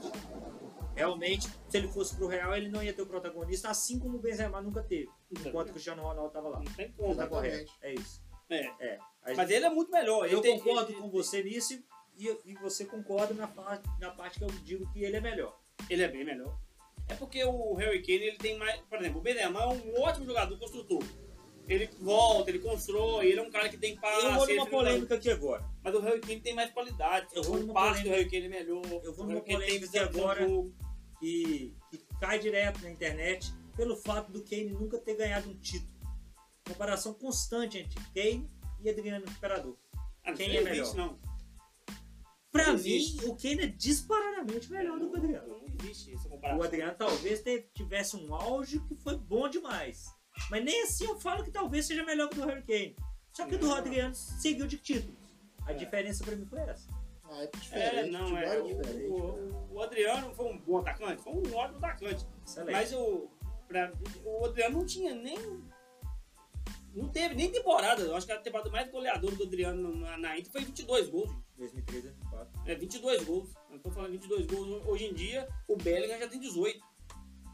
[SPEAKER 2] Realmente, se ele fosse pro Real, ele não ia ter o protagonista, assim como o Benzema nunca teve, enquanto
[SPEAKER 4] É.
[SPEAKER 2] o Cristiano Ronaldo tava lá.
[SPEAKER 4] Não tem como.
[SPEAKER 2] Tá
[SPEAKER 3] Exatamente.
[SPEAKER 2] correto. É isso.
[SPEAKER 4] É.
[SPEAKER 2] É. A
[SPEAKER 4] Mas
[SPEAKER 2] gente-
[SPEAKER 4] ele é muito melhor.
[SPEAKER 2] eu
[SPEAKER 4] Ele tem-
[SPEAKER 2] concordo
[SPEAKER 4] ele-
[SPEAKER 2] com você nisso e, e você concorda na, parte- na parte que eu digo que ele é melhor.
[SPEAKER 4] Ele é bem melhor. É porque o Harry Kane, ele tem mais. Por exemplo, o Benzema é um ótimo jogador construtor. Ele volta, ele constrói, ele é um cara que tem passe.
[SPEAKER 2] eu vou
[SPEAKER 4] ele
[SPEAKER 2] numa
[SPEAKER 4] finaliza.
[SPEAKER 2] polêmica aqui agora.
[SPEAKER 4] Mas o Harry Kane tem mais qualidade.
[SPEAKER 2] Eu vou numa
[SPEAKER 4] o passe do
[SPEAKER 2] polêmica-
[SPEAKER 4] Harry Kane é melhor.
[SPEAKER 2] Eu vou
[SPEAKER 4] o
[SPEAKER 2] numa
[SPEAKER 4] Harry Kane tem
[SPEAKER 2] polêmica
[SPEAKER 4] visão de
[SPEAKER 2] agora.
[SPEAKER 4] jogo.
[SPEAKER 2] que, que cai direto na internet pelo fato do Kane nunca ter ganhado um título. Comparação constante entre Kane e Adriano Imperador.
[SPEAKER 4] Ah, não
[SPEAKER 2] Quem
[SPEAKER 4] tem
[SPEAKER 2] é
[SPEAKER 4] existe, Não.
[SPEAKER 2] Pra
[SPEAKER 4] Não
[SPEAKER 2] mim,
[SPEAKER 4] existe.
[SPEAKER 2] o Kane é disparadamente melhor do que o Adriano.
[SPEAKER 4] Não existe essa
[SPEAKER 2] O
[SPEAKER 4] comparação.
[SPEAKER 2] Adriano talvez te- tivesse um auge que foi bom demais. Mas nem assim eu falo que talvez seja melhor que o do Harry Kane. Só que o do
[SPEAKER 4] Não.
[SPEAKER 2] Adriano seguiu de títulos. A
[SPEAKER 4] É.
[SPEAKER 2] diferença pra mim foi essa.
[SPEAKER 3] Ah, é diferente.
[SPEAKER 4] É, não, é.
[SPEAKER 3] futebol
[SPEAKER 4] O,
[SPEAKER 3] diferente, né?
[SPEAKER 4] o- o Adriano foi um bom atacante, foi um ótimo atacante.
[SPEAKER 2] Excelente.
[SPEAKER 4] Mas o, pra- o Adriano não tinha nem. Não teve nem temporada. Eu acho que a temporada mais goleadora do Adriano na, na Inter foi 22 gols. gente.
[SPEAKER 2] 2003, 2004.
[SPEAKER 4] É 22 gols. Eu tô falando 22 gols. Hoje em dia, o Bellingham já tem 18.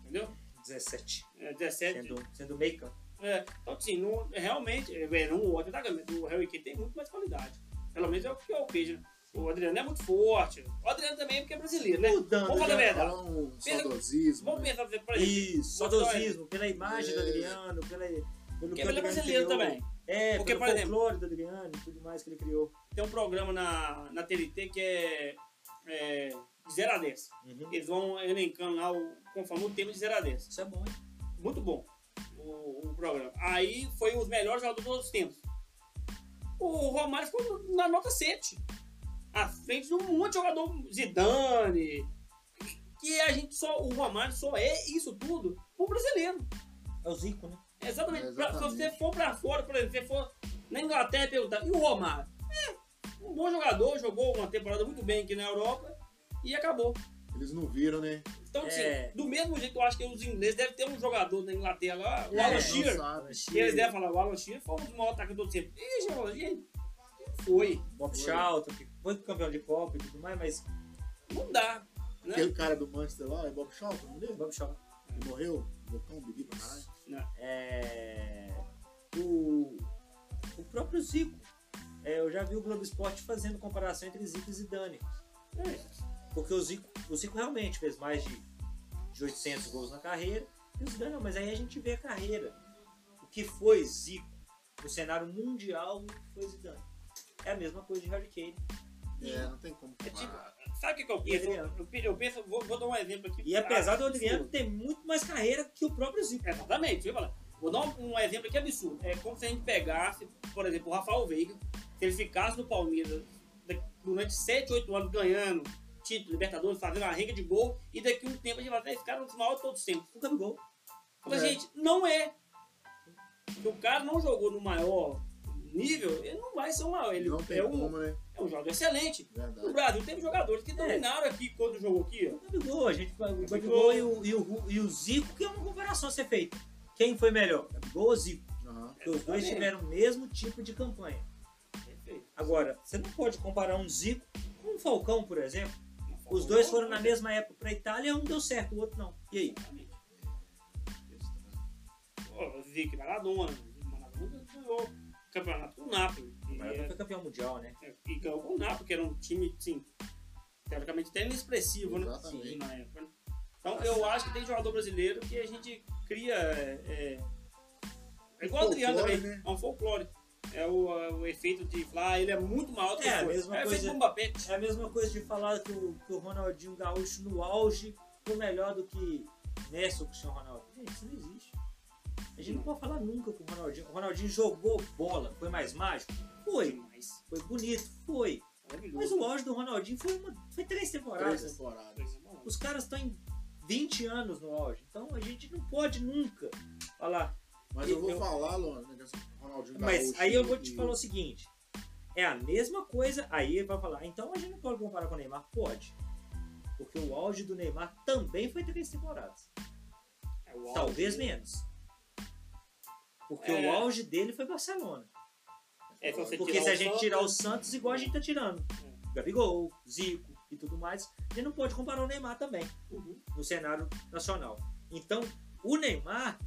[SPEAKER 4] Entendeu?
[SPEAKER 2] 17.
[SPEAKER 4] É 17.
[SPEAKER 2] Sendo, sendo meio campo.
[SPEAKER 4] É, então, assim, não, realmente, é, é, não o outro atacante, mas o Harry Kane tem muito mais qualidade. Pelo menos é o que eu vejo. O Adriano é muito forte. O Adriano também é porque é brasileiro, né?
[SPEAKER 2] Mudando,
[SPEAKER 4] Vamos falar a
[SPEAKER 2] né?
[SPEAKER 4] verdade.
[SPEAKER 3] Falar um saudosismo.
[SPEAKER 4] Vamos
[SPEAKER 3] né?
[SPEAKER 4] pensar, por exemplo,
[SPEAKER 2] Isso,
[SPEAKER 4] Botão é-
[SPEAKER 2] saudosismo, pela imagem do
[SPEAKER 3] É.
[SPEAKER 2] Adriano, pela, pelo
[SPEAKER 4] porque
[SPEAKER 2] que o
[SPEAKER 4] ele
[SPEAKER 2] Adriano
[SPEAKER 4] é brasileiro
[SPEAKER 2] criou.
[SPEAKER 4] também.
[SPEAKER 2] É,
[SPEAKER 4] Porque,
[SPEAKER 2] pelo
[SPEAKER 4] por exemplo-
[SPEAKER 2] folclore do Adriano e tudo mais que ele criou.
[SPEAKER 4] Tem um programa na, na TNT que é, é de 0 a 10. Eles vão elencando lá o, conforme o tema de 0 a 10.
[SPEAKER 2] Isso é bom, hein?
[SPEAKER 4] Muito bom o, o programa. Aí foi os melhores jogadores de todos os tempos. O Romário ficou na nota 7. À frente de um monte de jogador Zidane. Que a gente só. O Romário só é isso tudo pro brasileiro.
[SPEAKER 2] É o Zico, né?
[SPEAKER 4] Exatamente.
[SPEAKER 3] É,
[SPEAKER 4] Pra- se você
[SPEAKER 3] exatamente.
[SPEAKER 4] for pra fora, por exemplo, se você for na Inglaterra e perguntar, e o Romário? É, um bom jogador, jogou uma temporada muito bem aqui na Europa e acabou.
[SPEAKER 3] Eles não viram, né?
[SPEAKER 4] Então, assim,
[SPEAKER 2] É.
[SPEAKER 4] do mesmo jeito que eu acho que os ingleses devem ter um jogador na Inglaterra lá, o
[SPEAKER 2] É,
[SPEAKER 4] Alan
[SPEAKER 2] não
[SPEAKER 4] Shearer.
[SPEAKER 3] sabe.
[SPEAKER 4] E Ah, eles devem falar, o Alan Shearer foi um dos maiores ataques do tempo. Ih, Geraldo, e aí? Foi.
[SPEAKER 2] Bob Charlton, que foi campeão de Copa e tudo mais, mas
[SPEAKER 4] Não dá. Né?
[SPEAKER 3] Aquele cara do Manchester lá, é Bob Shaw, não lembro?
[SPEAKER 2] Bob Charlton.
[SPEAKER 3] Ele morreu, bocão, bebi pra caralho.
[SPEAKER 2] É, o, o próprio Zico. É, eu já vi o Globo Esporte fazendo comparação entre Zico e Zidane.
[SPEAKER 4] É.
[SPEAKER 2] Porque o Zico, o Zico realmente fez mais de, de 800 gols na carreira. E o Zidane, não, mas aí a gente vê a carreira. O que foi Zico no cenário mundial foi Zidane. É a mesma coisa de Harry Kane. E,
[SPEAKER 3] É, não tem como.
[SPEAKER 4] É tipo,
[SPEAKER 3] comparar.
[SPEAKER 4] sabe o que, que eu penso? Eu, pe- eu penso, vou, vou dar um exemplo aqui.
[SPEAKER 2] e apesar do
[SPEAKER 4] Ah,
[SPEAKER 2] Adriano ter muito mais carreira que o próprio Zico.
[SPEAKER 4] Exatamente, eu ia falar. Vou dar um, um exemplo aqui absurdo. É como se a gente pegasse, por exemplo, o Rafael Veiga, se ele ficasse no Palmeiras da- durante 7, 8 anos ganhando título, Libertadores, fazendo uma renga de gol, e daqui a um tempo a gente vai até esse cara no final de todos os tempos.
[SPEAKER 2] O Gabigol.
[SPEAKER 4] Mas,
[SPEAKER 3] É.
[SPEAKER 4] gente, não é. Se o cara não jogou no maior nível, ele não vai ser o maior. Ele
[SPEAKER 3] não tem
[SPEAKER 4] é, um,
[SPEAKER 3] como, né?
[SPEAKER 4] é um jogador excelente. No
[SPEAKER 3] Verdade.
[SPEAKER 4] Brasil teve jogadores
[SPEAKER 2] É.
[SPEAKER 4] que dominaram aqui quando jogou aqui, ó.
[SPEAKER 2] O Gabigol, a gente, o Gabigol e o, e, o, Ru- e o Zico, que é uma comparação a ser feita. Quem foi melhor? Gabigol ou Zico?
[SPEAKER 3] Aham.
[SPEAKER 2] Porque os dois
[SPEAKER 4] Exatamente.
[SPEAKER 2] tiveram o mesmo tipo de campanha.
[SPEAKER 4] Perfeito.
[SPEAKER 2] Agora, você não pode comparar um Zico com um Falcão, por exemplo. Os dois foram na mesma época para Itália, um deu certo, o outro não. E aí?
[SPEAKER 4] Exatamente. Ó, Zico Maradona. Maradona ganhou tá campeonato com o Napoli.
[SPEAKER 2] O
[SPEAKER 4] E,
[SPEAKER 2] Maradona foi campeão mundial, né?
[SPEAKER 4] é, e ganhou com o Napoli, que era um time, assim, teoricamente até inexpressivo, né?
[SPEAKER 3] Exatamente.
[SPEAKER 4] Sim, Na época. né? Então eu acho que tem jogador brasileiro que a gente cria. É, é- é igual o Adriano
[SPEAKER 3] Folclore,
[SPEAKER 4] também.
[SPEAKER 3] né?
[SPEAKER 4] É um folclore. É o, é o efeito de falar, ele é muito maior do que
[SPEAKER 2] É, a
[SPEAKER 4] foi.
[SPEAKER 2] mesma
[SPEAKER 4] é o efeito
[SPEAKER 2] coisa-
[SPEAKER 4] Mbappé.
[SPEAKER 2] É a mesma coisa de falar que o, que o Ronaldinho Gaúcho no auge foi melhor do que Messi ou Cristiano Ronaldo. Gente, isso não existe. A gente não pode falar nunca com o Ronaldinho. O Ronaldinho jogou bola, foi mais mágico? Foi.
[SPEAKER 4] Demais.
[SPEAKER 2] Foi bonito, foi.
[SPEAKER 4] é
[SPEAKER 2] Mas
[SPEAKER 4] Maravilhoso.
[SPEAKER 2] o auge do Ronaldinho foi, uma, foi três temporadas.
[SPEAKER 3] Três temporadas.
[SPEAKER 4] Coisa boa.
[SPEAKER 2] Os caras estão em 20 anos no auge. Então a gente não pode nunca falar.
[SPEAKER 3] Mas
[SPEAKER 2] Eu-
[SPEAKER 3] eu vou
[SPEAKER 2] eu-
[SPEAKER 3] falar, Luan, né, que esse Ronaldinho
[SPEAKER 2] Mas
[SPEAKER 3] Gaúcho
[SPEAKER 2] aí eu vou te
[SPEAKER 3] e-
[SPEAKER 2] falar o seguinte: é a mesma coisa. Aí ele vai falar, então a gente não pode comparar com o Neymar? Pode. Porque o auge do Neymar também foi três temporadas.
[SPEAKER 4] É o auge,
[SPEAKER 2] Talvez
[SPEAKER 4] né?
[SPEAKER 2] menos. Porque
[SPEAKER 4] É.
[SPEAKER 2] o auge dele foi Barcelona.
[SPEAKER 4] É, se você
[SPEAKER 2] Porque
[SPEAKER 4] tirar
[SPEAKER 2] se a
[SPEAKER 4] o É.
[SPEAKER 2] gente
[SPEAKER 4] Santos-
[SPEAKER 2] tirar o Santos, igual a gente tá tirando. Gabigol, Zico e tudo mais, a gente não pode comparar o Neymar também.
[SPEAKER 4] Uhum.
[SPEAKER 2] no cenário nacional. Então, o Neymar,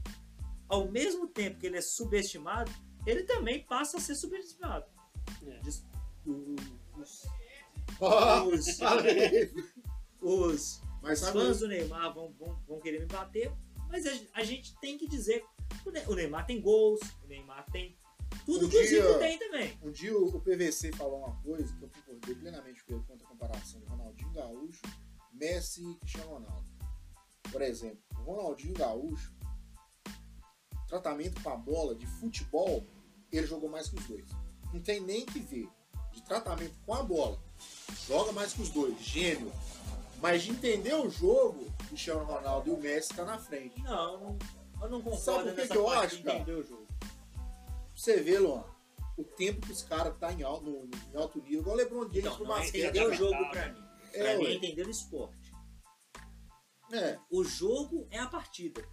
[SPEAKER 2] ao mesmo tempo que ele é subestimado, ele também passa a ser subestimado.
[SPEAKER 4] É.
[SPEAKER 2] Des- o- o- Os,
[SPEAKER 3] Ó,
[SPEAKER 2] os-
[SPEAKER 3] falei.
[SPEAKER 2] os
[SPEAKER 3] Mas Ah. sabe,
[SPEAKER 2] fãs do Neymar vão, vão, vão querer me bater, mas a, a gente tem que dizer que o Ne- o Neymar tem gols, o Neymar tem tudo
[SPEAKER 3] Um
[SPEAKER 2] que o
[SPEAKER 3] dia-
[SPEAKER 2] Zico tem também.
[SPEAKER 3] um dia o o PVC falou uma coisa que eu concordei plenamente com ele quanto à comparação de Ronaldinho Gaúcho, Messi e Cristiano Ronaldo. Por exemplo, o Ronaldinho Gaúcho, tratamento com a bola de futebol, ele jogou mais que os dois. Não tem nem que ver. De tratamento com a bola, joga mais que os dois, gênio. Mas de entender o jogo, Cristiano Ronaldo e o Messi estão na frente.
[SPEAKER 2] Não, eu não- eu não concordo
[SPEAKER 3] Sabe por que
[SPEAKER 2] nessa
[SPEAKER 3] que eu
[SPEAKER 2] parte
[SPEAKER 3] acho,
[SPEAKER 2] de
[SPEAKER 3] cara?
[SPEAKER 2] entender o jogo.
[SPEAKER 3] Você vê, Luan, o tempo que os caras tá em alto, no- em alto nível, igual o LeBron James
[SPEAKER 2] Então,
[SPEAKER 3] pro
[SPEAKER 2] não é
[SPEAKER 3] basquete.
[SPEAKER 2] entender o
[SPEAKER 4] tá
[SPEAKER 2] jogo
[SPEAKER 4] tratado.
[SPEAKER 2] pra mim.
[SPEAKER 3] É,
[SPEAKER 2] Pra mim é
[SPEAKER 3] ué.
[SPEAKER 2] entender o esporte.
[SPEAKER 3] é,
[SPEAKER 2] O jogo é a partida.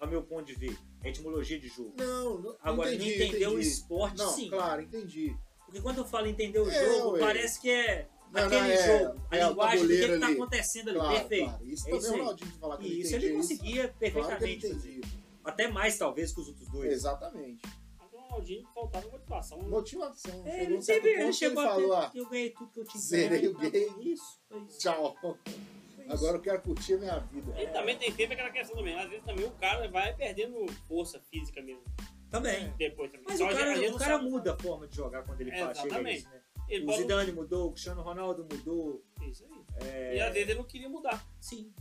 [SPEAKER 2] ao meu ponto de ver, a etimologia de jogo.
[SPEAKER 3] Não, não
[SPEAKER 2] Agora,
[SPEAKER 3] entendi,
[SPEAKER 2] não entender o
[SPEAKER 3] entendi.
[SPEAKER 2] esporte,
[SPEAKER 3] Não,
[SPEAKER 2] sim.
[SPEAKER 3] claro, entendi.
[SPEAKER 2] Porque quando eu falo entender o
[SPEAKER 3] É,
[SPEAKER 2] jogo,
[SPEAKER 3] ué.
[SPEAKER 2] parece que é
[SPEAKER 3] Não,
[SPEAKER 2] aquele
[SPEAKER 3] não, é-
[SPEAKER 2] jogo, a
[SPEAKER 3] é o
[SPEAKER 2] linguagem do que
[SPEAKER 3] tabuleiro
[SPEAKER 2] está
[SPEAKER 3] ali.
[SPEAKER 2] acontecendo ali,
[SPEAKER 3] Claro,
[SPEAKER 2] perfeito.
[SPEAKER 3] claro. Isso
[SPEAKER 2] É
[SPEAKER 3] também
[SPEAKER 2] isso
[SPEAKER 3] é o
[SPEAKER 2] aí.
[SPEAKER 3] Ronaldinho falar que
[SPEAKER 2] E isso
[SPEAKER 3] entendia
[SPEAKER 2] ele conseguia
[SPEAKER 3] Claro que ele
[SPEAKER 2] perfeitamente fazer.
[SPEAKER 3] entendia.
[SPEAKER 2] Até mais, talvez, que os outros dois.
[SPEAKER 3] Exatamente.
[SPEAKER 4] Mas o Ronaldinho faltava motivação. né?
[SPEAKER 3] Motivação.
[SPEAKER 2] É,
[SPEAKER 3] chegou
[SPEAKER 2] ele,
[SPEAKER 3] um certo
[SPEAKER 2] teve,
[SPEAKER 3] ponto
[SPEAKER 2] ele
[SPEAKER 3] que
[SPEAKER 2] chegou
[SPEAKER 3] ele
[SPEAKER 2] a
[SPEAKER 3] falou, ah,
[SPEAKER 2] ter, eu ganhei tudo que eu tinha que
[SPEAKER 3] zerei
[SPEAKER 2] ganhar,
[SPEAKER 3] o
[SPEAKER 2] tá?
[SPEAKER 3] game.
[SPEAKER 2] Isso, foi isso.
[SPEAKER 3] tchau.
[SPEAKER 2] foi isso.
[SPEAKER 3] Agora eu quero curtir a minha vida. É.
[SPEAKER 4] E também tem sempre aquela questão também. Às vezes também o cara vai perdendo força física mesmo.
[SPEAKER 2] Também.
[SPEAKER 4] Depois também.
[SPEAKER 2] Mas
[SPEAKER 4] Então,
[SPEAKER 2] o
[SPEAKER 4] a gente- a gente
[SPEAKER 2] cara, o
[SPEAKER 4] não
[SPEAKER 2] cara
[SPEAKER 4] sabe.
[SPEAKER 2] muda a forma de jogar quando ele
[SPEAKER 4] É,
[SPEAKER 2] faz, chega a
[SPEAKER 4] exatamente.
[SPEAKER 2] isso, né?
[SPEAKER 4] Ele
[SPEAKER 2] O
[SPEAKER 4] pode-
[SPEAKER 2] Zidane mudou, o Cristiano Ronaldo mudou.
[SPEAKER 4] Isso aí. E às vezes ele não queria mudar.
[SPEAKER 2] É. Sim.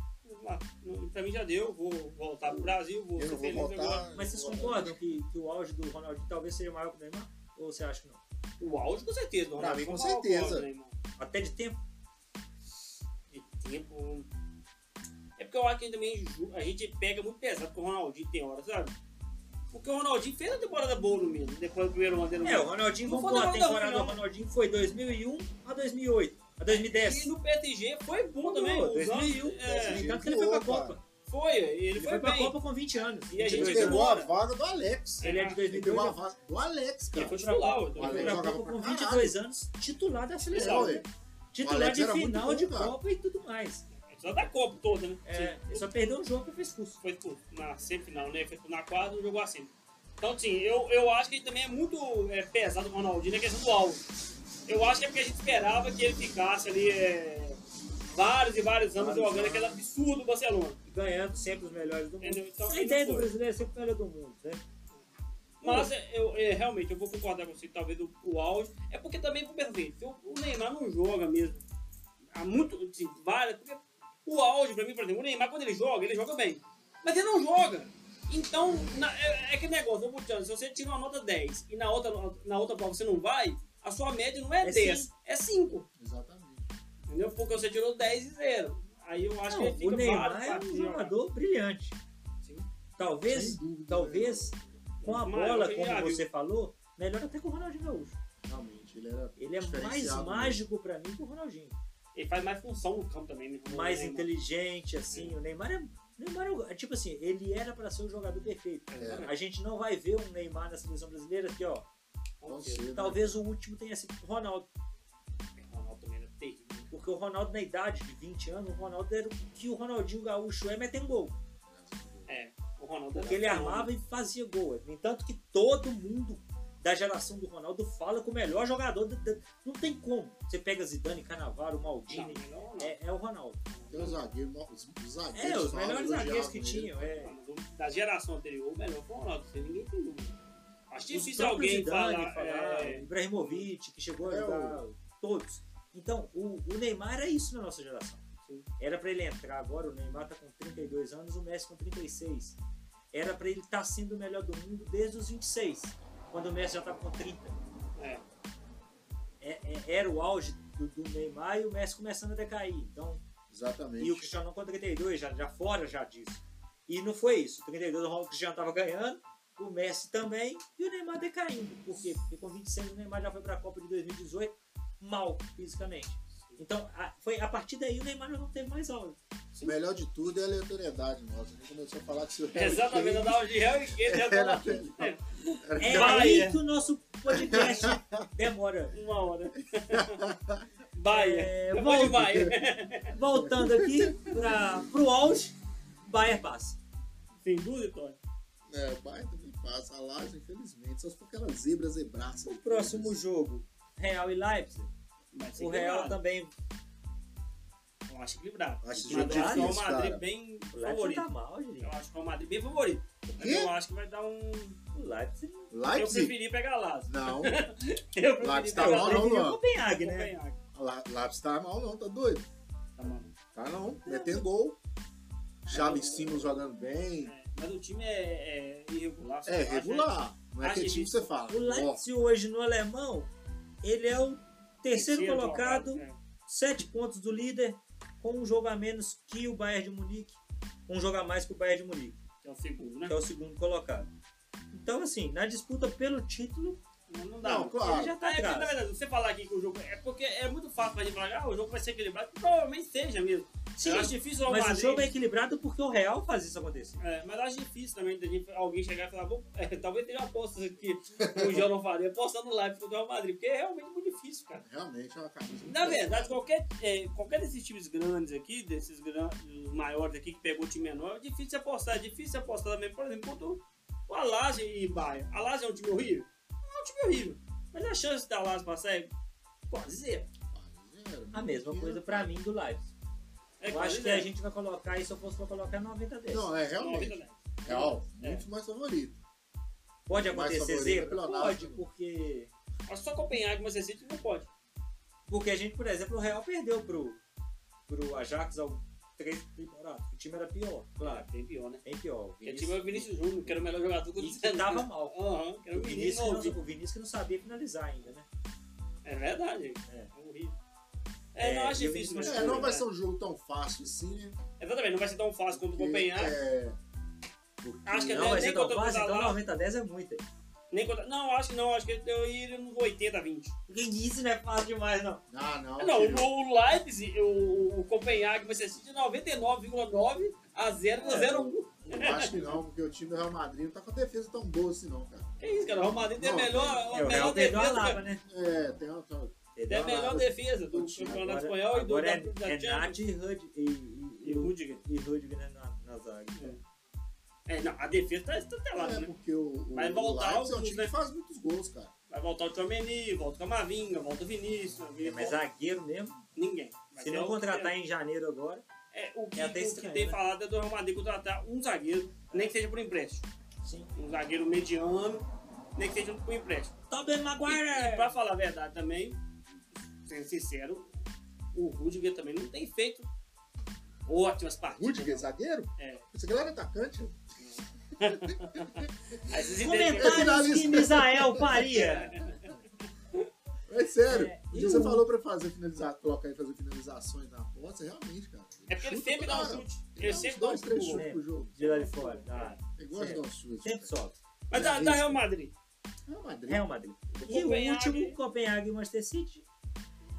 [SPEAKER 4] Ah, não- Pra mim já deu, vou voltar pro Brasil, vou
[SPEAKER 3] Eu
[SPEAKER 4] ser
[SPEAKER 3] não vou
[SPEAKER 4] feliz agora.
[SPEAKER 3] voltar.
[SPEAKER 2] Mas vocês
[SPEAKER 3] Agora-
[SPEAKER 2] concordam que, que o auge do Ronaldinho talvez seja maior que o Neymar? Ou você acha que não?
[SPEAKER 4] O auge com certeza.
[SPEAKER 3] Pra mim, com
[SPEAKER 4] Vamos falar
[SPEAKER 3] certeza.
[SPEAKER 4] agora, né, irmão?
[SPEAKER 2] Até de tempo?
[SPEAKER 4] de tempo. né? É porque eu acho que também ju- a gente pega muito pesado com o Ronaldinho tem hora, sabe? Porque o Ronaldinho fez a temporada boa no Milan, depois do primeiro ano dele no
[SPEAKER 2] É, o
[SPEAKER 4] Milan.
[SPEAKER 2] Ronaldinho,
[SPEAKER 4] Não
[SPEAKER 2] vamos
[SPEAKER 4] foi
[SPEAKER 2] falar, a
[SPEAKER 4] nada
[SPEAKER 2] temporada
[SPEAKER 4] ruim, não.
[SPEAKER 2] do Ronaldinho foi 2001 a 2008, a 2010.
[SPEAKER 4] E no PSG foi bom também.
[SPEAKER 2] Pô,
[SPEAKER 4] os
[SPEAKER 2] 2001,
[SPEAKER 4] anos- é,
[SPEAKER 3] PSG.
[SPEAKER 2] Tanto que ele foi pra
[SPEAKER 3] Opa.
[SPEAKER 2] Copa.
[SPEAKER 4] foi, ele,
[SPEAKER 2] Ele
[SPEAKER 4] foi,
[SPEAKER 2] foi pra
[SPEAKER 4] bem.
[SPEAKER 2] Copa com 20 anos. é
[SPEAKER 4] E a gente
[SPEAKER 3] Ele
[SPEAKER 2] 22
[SPEAKER 4] pegou-
[SPEAKER 2] anos.
[SPEAKER 3] pegou a vaga do Alex.
[SPEAKER 2] Ele é de
[SPEAKER 3] Ele pegou a
[SPEAKER 2] 2002.
[SPEAKER 3] vaga do Alex,
[SPEAKER 4] Ele
[SPEAKER 3] cara.
[SPEAKER 4] foi titular.
[SPEAKER 3] O
[SPEAKER 2] Ele foi
[SPEAKER 3] Alex
[SPEAKER 2] pra
[SPEAKER 3] jogava
[SPEAKER 2] Copa
[SPEAKER 3] pra
[SPEAKER 2] com
[SPEAKER 3] caralho. é
[SPEAKER 2] 22 anos, titular da seleção.
[SPEAKER 3] Não,
[SPEAKER 2] né? Titular
[SPEAKER 3] Alex
[SPEAKER 2] de
[SPEAKER 3] era muito
[SPEAKER 2] final
[SPEAKER 3] bom,
[SPEAKER 2] de
[SPEAKER 3] cara.
[SPEAKER 2] Copa e tudo mais.
[SPEAKER 4] Só da Copa toda, né?
[SPEAKER 2] É,
[SPEAKER 4] Sim.
[SPEAKER 2] ele só perdeu um jogo que foi expulso.
[SPEAKER 4] foi expulso na semifinal, né? Foi expulso na quarta e jogou assim. Então, assim, eu, eu acho que ele também é muito é, pesado com o Ronaldinho na questão do auge. Eu acho que é porque a gente esperava que ele ficasse ali é, vários e vários anos
[SPEAKER 2] Vários
[SPEAKER 4] jogando aquele absurdo Barcelona.
[SPEAKER 2] E ganhando sempre os melhores do mundo.
[SPEAKER 4] Entendeu? Então,
[SPEAKER 2] a ideia
[SPEAKER 4] não
[SPEAKER 2] do
[SPEAKER 4] foi.
[SPEAKER 2] brasileiro é sempre o melhor do mundo, né?
[SPEAKER 4] Mas é, eu, é, realmente, eu vou concordar com você, talvez o, o auge. É porque também, vou pensar assim, se o, o Neymar não joga mesmo. Há muito, assim, várias. Porque o auge, pra mim, por exemplo, o Neymar, quando ele joga, ele joga bem. Mas ele não joga. Então, na- é, é que negócio, eu vou te dizer, se você tira uma nota 10 e na outra, na outra prova você não vai, a sua média não é,
[SPEAKER 2] É
[SPEAKER 4] 10,
[SPEAKER 2] cinco.
[SPEAKER 4] é 5.
[SPEAKER 3] Exatamente.
[SPEAKER 4] Entendeu? Porque você tirou 10 e 0. Aí eu acho
[SPEAKER 2] Não,
[SPEAKER 4] que ele fica
[SPEAKER 2] o Neymar
[SPEAKER 4] vários
[SPEAKER 2] é um
[SPEAKER 4] partidos jogando.
[SPEAKER 2] jogador brilhante.
[SPEAKER 4] Sim.
[SPEAKER 2] Talvez,
[SPEAKER 3] Sem dúvida,
[SPEAKER 2] talvez com a
[SPEAKER 4] Maior
[SPEAKER 2] bola,
[SPEAKER 4] que
[SPEAKER 2] como
[SPEAKER 4] já viu.
[SPEAKER 2] você falou, melhor até que o Ronaldinho Gaúcho.
[SPEAKER 3] Realmente, ele era.
[SPEAKER 2] Ele é mais
[SPEAKER 3] Diferenciado, né?
[SPEAKER 2] mágico pra mim que o Ronaldinho.
[SPEAKER 4] Ele faz mais função no campo também, né?
[SPEAKER 2] Mais
[SPEAKER 4] O Neymar.
[SPEAKER 2] inteligente, assim. O Neymar é. o Neymar é o- é tipo assim, ele era pra ser o jogador perfeito.
[SPEAKER 4] Exatamente.
[SPEAKER 2] A gente não vai ver um Neymar na seleção brasileira que, ó,
[SPEAKER 3] Tão
[SPEAKER 4] Então,
[SPEAKER 3] cedo.
[SPEAKER 2] talvez o último tenha sido o Ronaldo.
[SPEAKER 4] o Ronaldo também era né? terrível.
[SPEAKER 2] Porque o Ronaldo, na idade de 20 anos, o Ronaldo era o que o Ronaldinho Gaúcho é metendo gol.
[SPEAKER 3] né?
[SPEAKER 4] É, o Ronaldo
[SPEAKER 2] Porque
[SPEAKER 4] era né?
[SPEAKER 2] ele
[SPEAKER 4] fenômeno.
[SPEAKER 2] armava e fazia gol. No entanto que todo mundo da geração do Ronaldo fala que o melhor jogador... da- da- Não tem como. Você pega Zidane, Cannavaro,
[SPEAKER 4] Não,
[SPEAKER 2] Maldini...
[SPEAKER 4] melhor não.
[SPEAKER 2] É, é o Ronaldo.
[SPEAKER 3] Tem os zagueiros, os, os zagueiros.
[SPEAKER 2] É, os
[SPEAKER 3] falam,
[SPEAKER 2] melhores zagueiros que
[SPEAKER 3] elogiavam ele.
[SPEAKER 2] tinham. É.
[SPEAKER 4] Não, mas o- Da geração anterior, o melhor foi o Ronaldo, isso aí ninguém tem dúvida. Acho
[SPEAKER 2] Os
[SPEAKER 4] difícil
[SPEAKER 2] próprios
[SPEAKER 4] alguém
[SPEAKER 2] Zidane
[SPEAKER 4] falar.
[SPEAKER 2] falaram,
[SPEAKER 4] é,
[SPEAKER 2] Ibrahimovic, que chegou a
[SPEAKER 3] É,
[SPEAKER 2] jogar, todos. Então, o, o Neymar era isso na nossa geração.
[SPEAKER 4] Sim.
[SPEAKER 2] Era pra ele entrar agora, o Neymar tá com 32 anos, o Messi com 36. Era pra ele estar sendo o melhor do mundo desde os 26, quando o Messi já tá com 30.
[SPEAKER 4] é,
[SPEAKER 2] É- é- era o auge do, do Neymar e o Messi começando a decair. Então,
[SPEAKER 3] Exatamente.
[SPEAKER 2] e o Cristiano com 32, já, já fora já disso. E não foi isso. 32 o Cristiano tava ganhando, o Messi também e o Neymar decaindo. Por quê? Porque com 26 o Neymar já foi para a Copa de 2018 mal fisicamente. Então, a, foi, a partir daí o Neymar já não teve mais aula.
[SPEAKER 3] O melhor de tudo é a aleatoriedade nossa. A gente começou a falar que é se o Harry
[SPEAKER 4] exatamente, eu
[SPEAKER 3] Kane
[SPEAKER 4] dava de réu e quem deu
[SPEAKER 3] Era
[SPEAKER 4] aquela-
[SPEAKER 2] É
[SPEAKER 4] Bahia.
[SPEAKER 2] aí que o nosso podcast demora.
[SPEAKER 4] uma hora. Baia.
[SPEAKER 2] É,
[SPEAKER 4] eu vou de
[SPEAKER 2] volta.
[SPEAKER 4] Baia.
[SPEAKER 2] Voltando aqui para o auge, Bayern passa.
[SPEAKER 4] Sem dúvida, Tony.
[SPEAKER 3] É, o Bayern também passa a laje, infelizmente. Só se for aquela zebra zebraça.
[SPEAKER 2] O próximo jogo, Real e Leipzig.
[SPEAKER 4] Mas
[SPEAKER 2] O Real tá-
[SPEAKER 4] equilibrado.
[SPEAKER 2] também
[SPEAKER 4] Eu acho equilibrado.
[SPEAKER 3] Acho
[SPEAKER 4] Mas
[SPEAKER 3] esse jogo
[SPEAKER 4] eu acho que é o
[SPEAKER 3] difícil,
[SPEAKER 4] Madrid
[SPEAKER 3] cara.
[SPEAKER 4] bem
[SPEAKER 2] O Leipzig tá
[SPEAKER 4] favorito.
[SPEAKER 2] mal, gente.
[SPEAKER 4] Eu acho que é o Madrid bem favorito. Mas
[SPEAKER 3] quê?
[SPEAKER 4] eu acho que vai dar um.
[SPEAKER 2] O Leipzig não
[SPEAKER 4] Eu
[SPEAKER 3] Leipzig?
[SPEAKER 4] preferi pegar Lazio.
[SPEAKER 3] Não,
[SPEAKER 4] Eu preferi
[SPEAKER 3] Lazio tá
[SPEAKER 4] pegar
[SPEAKER 3] mal,
[SPEAKER 4] Lazio
[SPEAKER 3] não,
[SPEAKER 2] Ele é
[SPEAKER 3] Luan?
[SPEAKER 2] Copenhague,
[SPEAKER 4] que
[SPEAKER 2] né?
[SPEAKER 4] Copenhague.
[SPEAKER 3] Lá- Lápis tá mal não, tá doido.
[SPEAKER 4] Tá mal.
[SPEAKER 3] Tá não, metendo gol. Xavi Simons jogando bem.
[SPEAKER 4] É, Mas o time é, é irregular.
[SPEAKER 3] É,
[SPEAKER 4] eu acho, né?
[SPEAKER 3] regular. Não é
[SPEAKER 4] acho
[SPEAKER 3] aquele time que você fala.
[SPEAKER 2] O
[SPEAKER 3] Ó,
[SPEAKER 2] Leipzig hoje no alemão, ele é o terceiro colocado, né?
[SPEAKER 4] é.
[SPEAKER 2] sete pontos do líder, com um jogo a menos que o Bayern de Munique, um jogo a mais que o Bayern de Munique,
[SPEAKER 4] que é o segundo, né?
[SPEAKER 2] que é o segundo colocado. Então, assim, na disputa pelo título,
[SPEAKER 4] Não, não dá.
[SPEAKER 3] Não,
[SPEAKER 4] não.
[SPEAKER 3] claro.
[SPEAKER 2] ele já tá
[SPEAKER 4] É, porque, na
[SPEAKER 2] atrás.
[SPEAKER 4] é verdade, você falar aqui que o jogo. É porque é muito fácil pra gente falar, ah, o jogo vai ser equilibrado, provavelmente seja mesmo.
[SPEAKER 2] Sim,
[SPEAKER 4] eu acho difícil o Real
[SPEAKER 2] mas o
[SPEAKER 4] Madrid-
[SPEAKER 2] jogo é equilibrado porque o Real faz isso acontecer.
[SPEAKER 4] É, mas eu acho difícil também da gente- alguém chegar e falar, "Vou- é, talvez tenha apostas aqui que o João não faria, apostando live pro Real Madrid, porque é realmente muito difícil, cara.
[SPEAKER 3] Realmente é uma camisa.
[SPEAKER 4] Na verdade, qualquer, é, qualquer desses times grandes aqui, desses gran- dos maiores aqui que pegou o time menor, é difícil de apostar, é difícil de apostar também, por exemplo, contra o- o Alage e Bahia. A Lazio é um time horrível? É um time horrível. Mas a chance da Lazio passar é quase zero.
[SPEAKER 2] A mesma coisa pra mim do Leipzig.
[SPEAKER 4] É
[SPEAKER 2] eu
[SPEAKER 4] quase
[SPEAKER 2] acho que
[SPEAKER 4] zero.
[SPEAKER 2] a gente vai colocar, e se eu fosse pra colocar 90 10.
[SPEAKER 3] Não, é
[SPEAKER 4] Não,
[SPEAKER 3] realmente.
[SPEAKER 4] vida leve.
[SPEAKER 3] Real,
[SPEAKER 4] É.
[SPEAKER 3] muito mais favorito.
[SPEAKER 2] Pode
[SPEAKER 3] mais
[SPEAKER 2] acontecer
[SPEAKER 3] favorito
[SPEAKER 2] zebra?
[SPEAKER 3] pela né?
[SPEAKER 2] Pode,
[SPEAKER 3] Lazio.
[SPEAKER 2] porque.
[SPEAKER 4] Mas só Copenhague, mas City não pode.
[SPEAKER 2] Porque a gente, por exemplo, o Real perdeu pro, pro Ajax há um três temporadas. O time era pior,
[SPEAKER 4] Ah,
[SPEAKER 2] claro.
[SPEAKER 4] tem pior, né?
[SPEAKER 2] Bem pior. O
[SPEAKER 4] Porque o time é o Vinícius Júnior, que era o melhor jogador que
[SPEAKER 2] E que tava mal.
[SPEAKER 4] Aham, que era
[SPEAKER 2] O Vinícius,
[SPEAKER 4] o Vinícius
[SPEAKER 2] que não,
[SPEAKER 4] novinho.
[SPEAKER 2] o Vinícius que não sabia finalizar ainda, né?
[SPEAKER 4] É verdade.
[SPEAKER 2] É.
[SPEAKER 4] É horrível. É,
[SPEAKER 2] É,
[SPEAKER 4] não acho
[SPEAKER 2] eu
[SPEAKER 4] difícil.
[SPEAKER 2] vi-
[SPEAKER 4] mas-
[SPEAKER 3] É, não vai ser um jogo tão fácil assim.
[SPEAKER 4] Exatamente, não vai ser tão fácil quanto o Copenhague.
[SPEAKER 3] É,
[SPEAKER 4] Acho que
[SPEAKER 2] não
[SPEAKER 4] até
[SPEAKER 2] vai
[SPEAKER 4] nem
[SPEAKER 2] ser tão
[SPEAKER 4] contra o
[SPEAKER 2] fácil, então
[SPEAKER 4] Dalá.
[SPEAKER 2] 90 10 é muito. hein?
[SPEAKER 4] Nem contra... Não, acho que não, acho que eu iria nos 80 a 20.
[SPEAKER 2] Porque isso não é fácil demais, não.
[SPEAKER 3] ah, não.
[SPEAKER 4] não,
[SPEAKER 3] filho.
[SPEAKER 4] o, o Leipzig, o, o Copenhague vai ser assim de 99,9 a
[SPEAKER 2] É,
[SPEAKER 4] 0,01.
[SPEAKER 3] Eu acho que não, porque o time do Real Madrid não tá com a defesa tão boa assim, não, cara.
[SPEAKER 4] Que É isso, cara? O Real Madrid tem a
[SPEAKER 3] Não,
[SPEAKER 4] melhor,
[SPEAKER 2] é,
[SPEAKER 4] a
[SPEAKER 2] o Real
[SPEAKER 4] melhor
[SPEAKER 2] perdeu a
[SPEAKER 4] defesa.
[SPEAKER 2] Lava,
[SPEAKER 4] cara.
[SPEAKER 2] né?
[SPEAKER 3] É, tem uma. tem uma-
[SPEAKER 4] Tem a
[SPEAKER 2] Perdeu
[SPEAKER 4] melhor
[SPEAKER 2] Lava.
[SPEAKER 4] defesa do
[SPEAKER 3] Agora-
[SPEAKER 4] campeonato
[SPEAKER 2] Agora-
[SPEAKER 4] espanhol e do
[SPEAKER 2] agora
[SPEAKER 4] da,
[SPEAKER 2] é,
[SPEAKER 4] da
[SPEAKER 2] é
[SPEAKER 4] Champions.
[SPEAKER 2] Nath e Hud- e, e,
[SPEAKER 4] E Rudiger.
[SPEAKER 2] e Rudiger né, na, na zaga.
[SPEAKER 4] É, não, a defesa tá estatelada,
[SPEAKER 3] É,
[SPEAKER 4] né?
[SPEAKER 3] porque o, o,
[SPEAKER 4] Vai voltar
[SPEAKER 3] o Leipzig é um
[SPEAKER 4] alguns,
[SPEAKER 3] time
[SPEAKER 4] né?
[SPEAKER 3] que faz muitos gols, cara.
[SPEAKER 4] Vai voltar o Tchomeni, volta o Camavinga, volta o Vinícius.
[SPEAKER 2] É, mas
[SPEAKER 4] volta
[SPEAKER 2] zagueiro mesmo,
[SPEAKER 4] ninguém.
[SPEAKER 2] se
[SPEAKER 4] Vai ser
[SPEAKER 2] não
[SPEAKER 4] é o-
[SPEAKER 2] contratar em janeiro agora,
[SPEAKER 4] É, o que,
[SPEAKER 2] É até
[SPEAKER 4] o que
[SPEAKER 2] estranho,
[SPEAKER 4] tem
[SPEAKER 2] né?
[SPEAKER 4] falado é do Real Madrid contratar um zagueiro, nem que seja por empréstimo.
[SPEAKER 2] sim.
[SPEAKER 4] Um zagueiro mediano, nem que seja por empréstimo.
[SPEAKER 2] Tobey
[SPEAKER 4] E, e pra falar a verdade também, sendo sincero, o Rudiger também não tem feito ótimas partidas.
[SPEAKER 3] Rudiger, zagueiro?
[SPEAKER 4] É.
[SPEAKER 3] Esse cara era atacante?
[SPEAKER 4] Aí vocês entendem.
[SPEAKER 2] Comentários que
[SPEAKER 3] finalista.
[SPEAKER 2] Misael faria.
[SPEAKER 3] É sério.
[SPEAKER 2] É,
[SPEAKER 3] o
[SPEAKER 2] e
[SPEAKER 3] dia que você
[SPEAKER 2] o-
[SPEAKER 3] falou pra fazer finalizar, colocar ele fazer finalizações na aposta, realmente, cara.
[SPEAKER 4] É porque ele
[SPEAKER 3] chuta
[SPEAKER 4] sempre
[SPEAKER 3] pra
[SPEAKER 4] dá um
[SPEAKER 3] caralho.
[SPEAKER 4] chute.
[SPEAKER 3] Ele
[SPEAKER 4] Ele
[SPEAKER 3] dá uns
[SPEAKER 4] sempre dá um
[SPEAKER 3] dois, três
[SPEAKER 4] chute. É.
[SPEAKER 2] chute.
[SPEAKER 3] chutes pro jogo.
[SPEAKER 2] De lá de fora. Ah,
[SPEAKER 3] Ele gosta de dar uns chutes.
[SPEAKER 2] sempre
[SPEAKER 3] cara.
[SPEAKER 2] solta.
[SPEAKER 4] Mas da, da Real Madrid.
[SPEAKER 3] Real Madrid.
[SPEAKER 2] Real Madrid. E o
[SPEAKER 4] Copenhague.
[SPEAKER 2] último, Copenhague e Manchester City.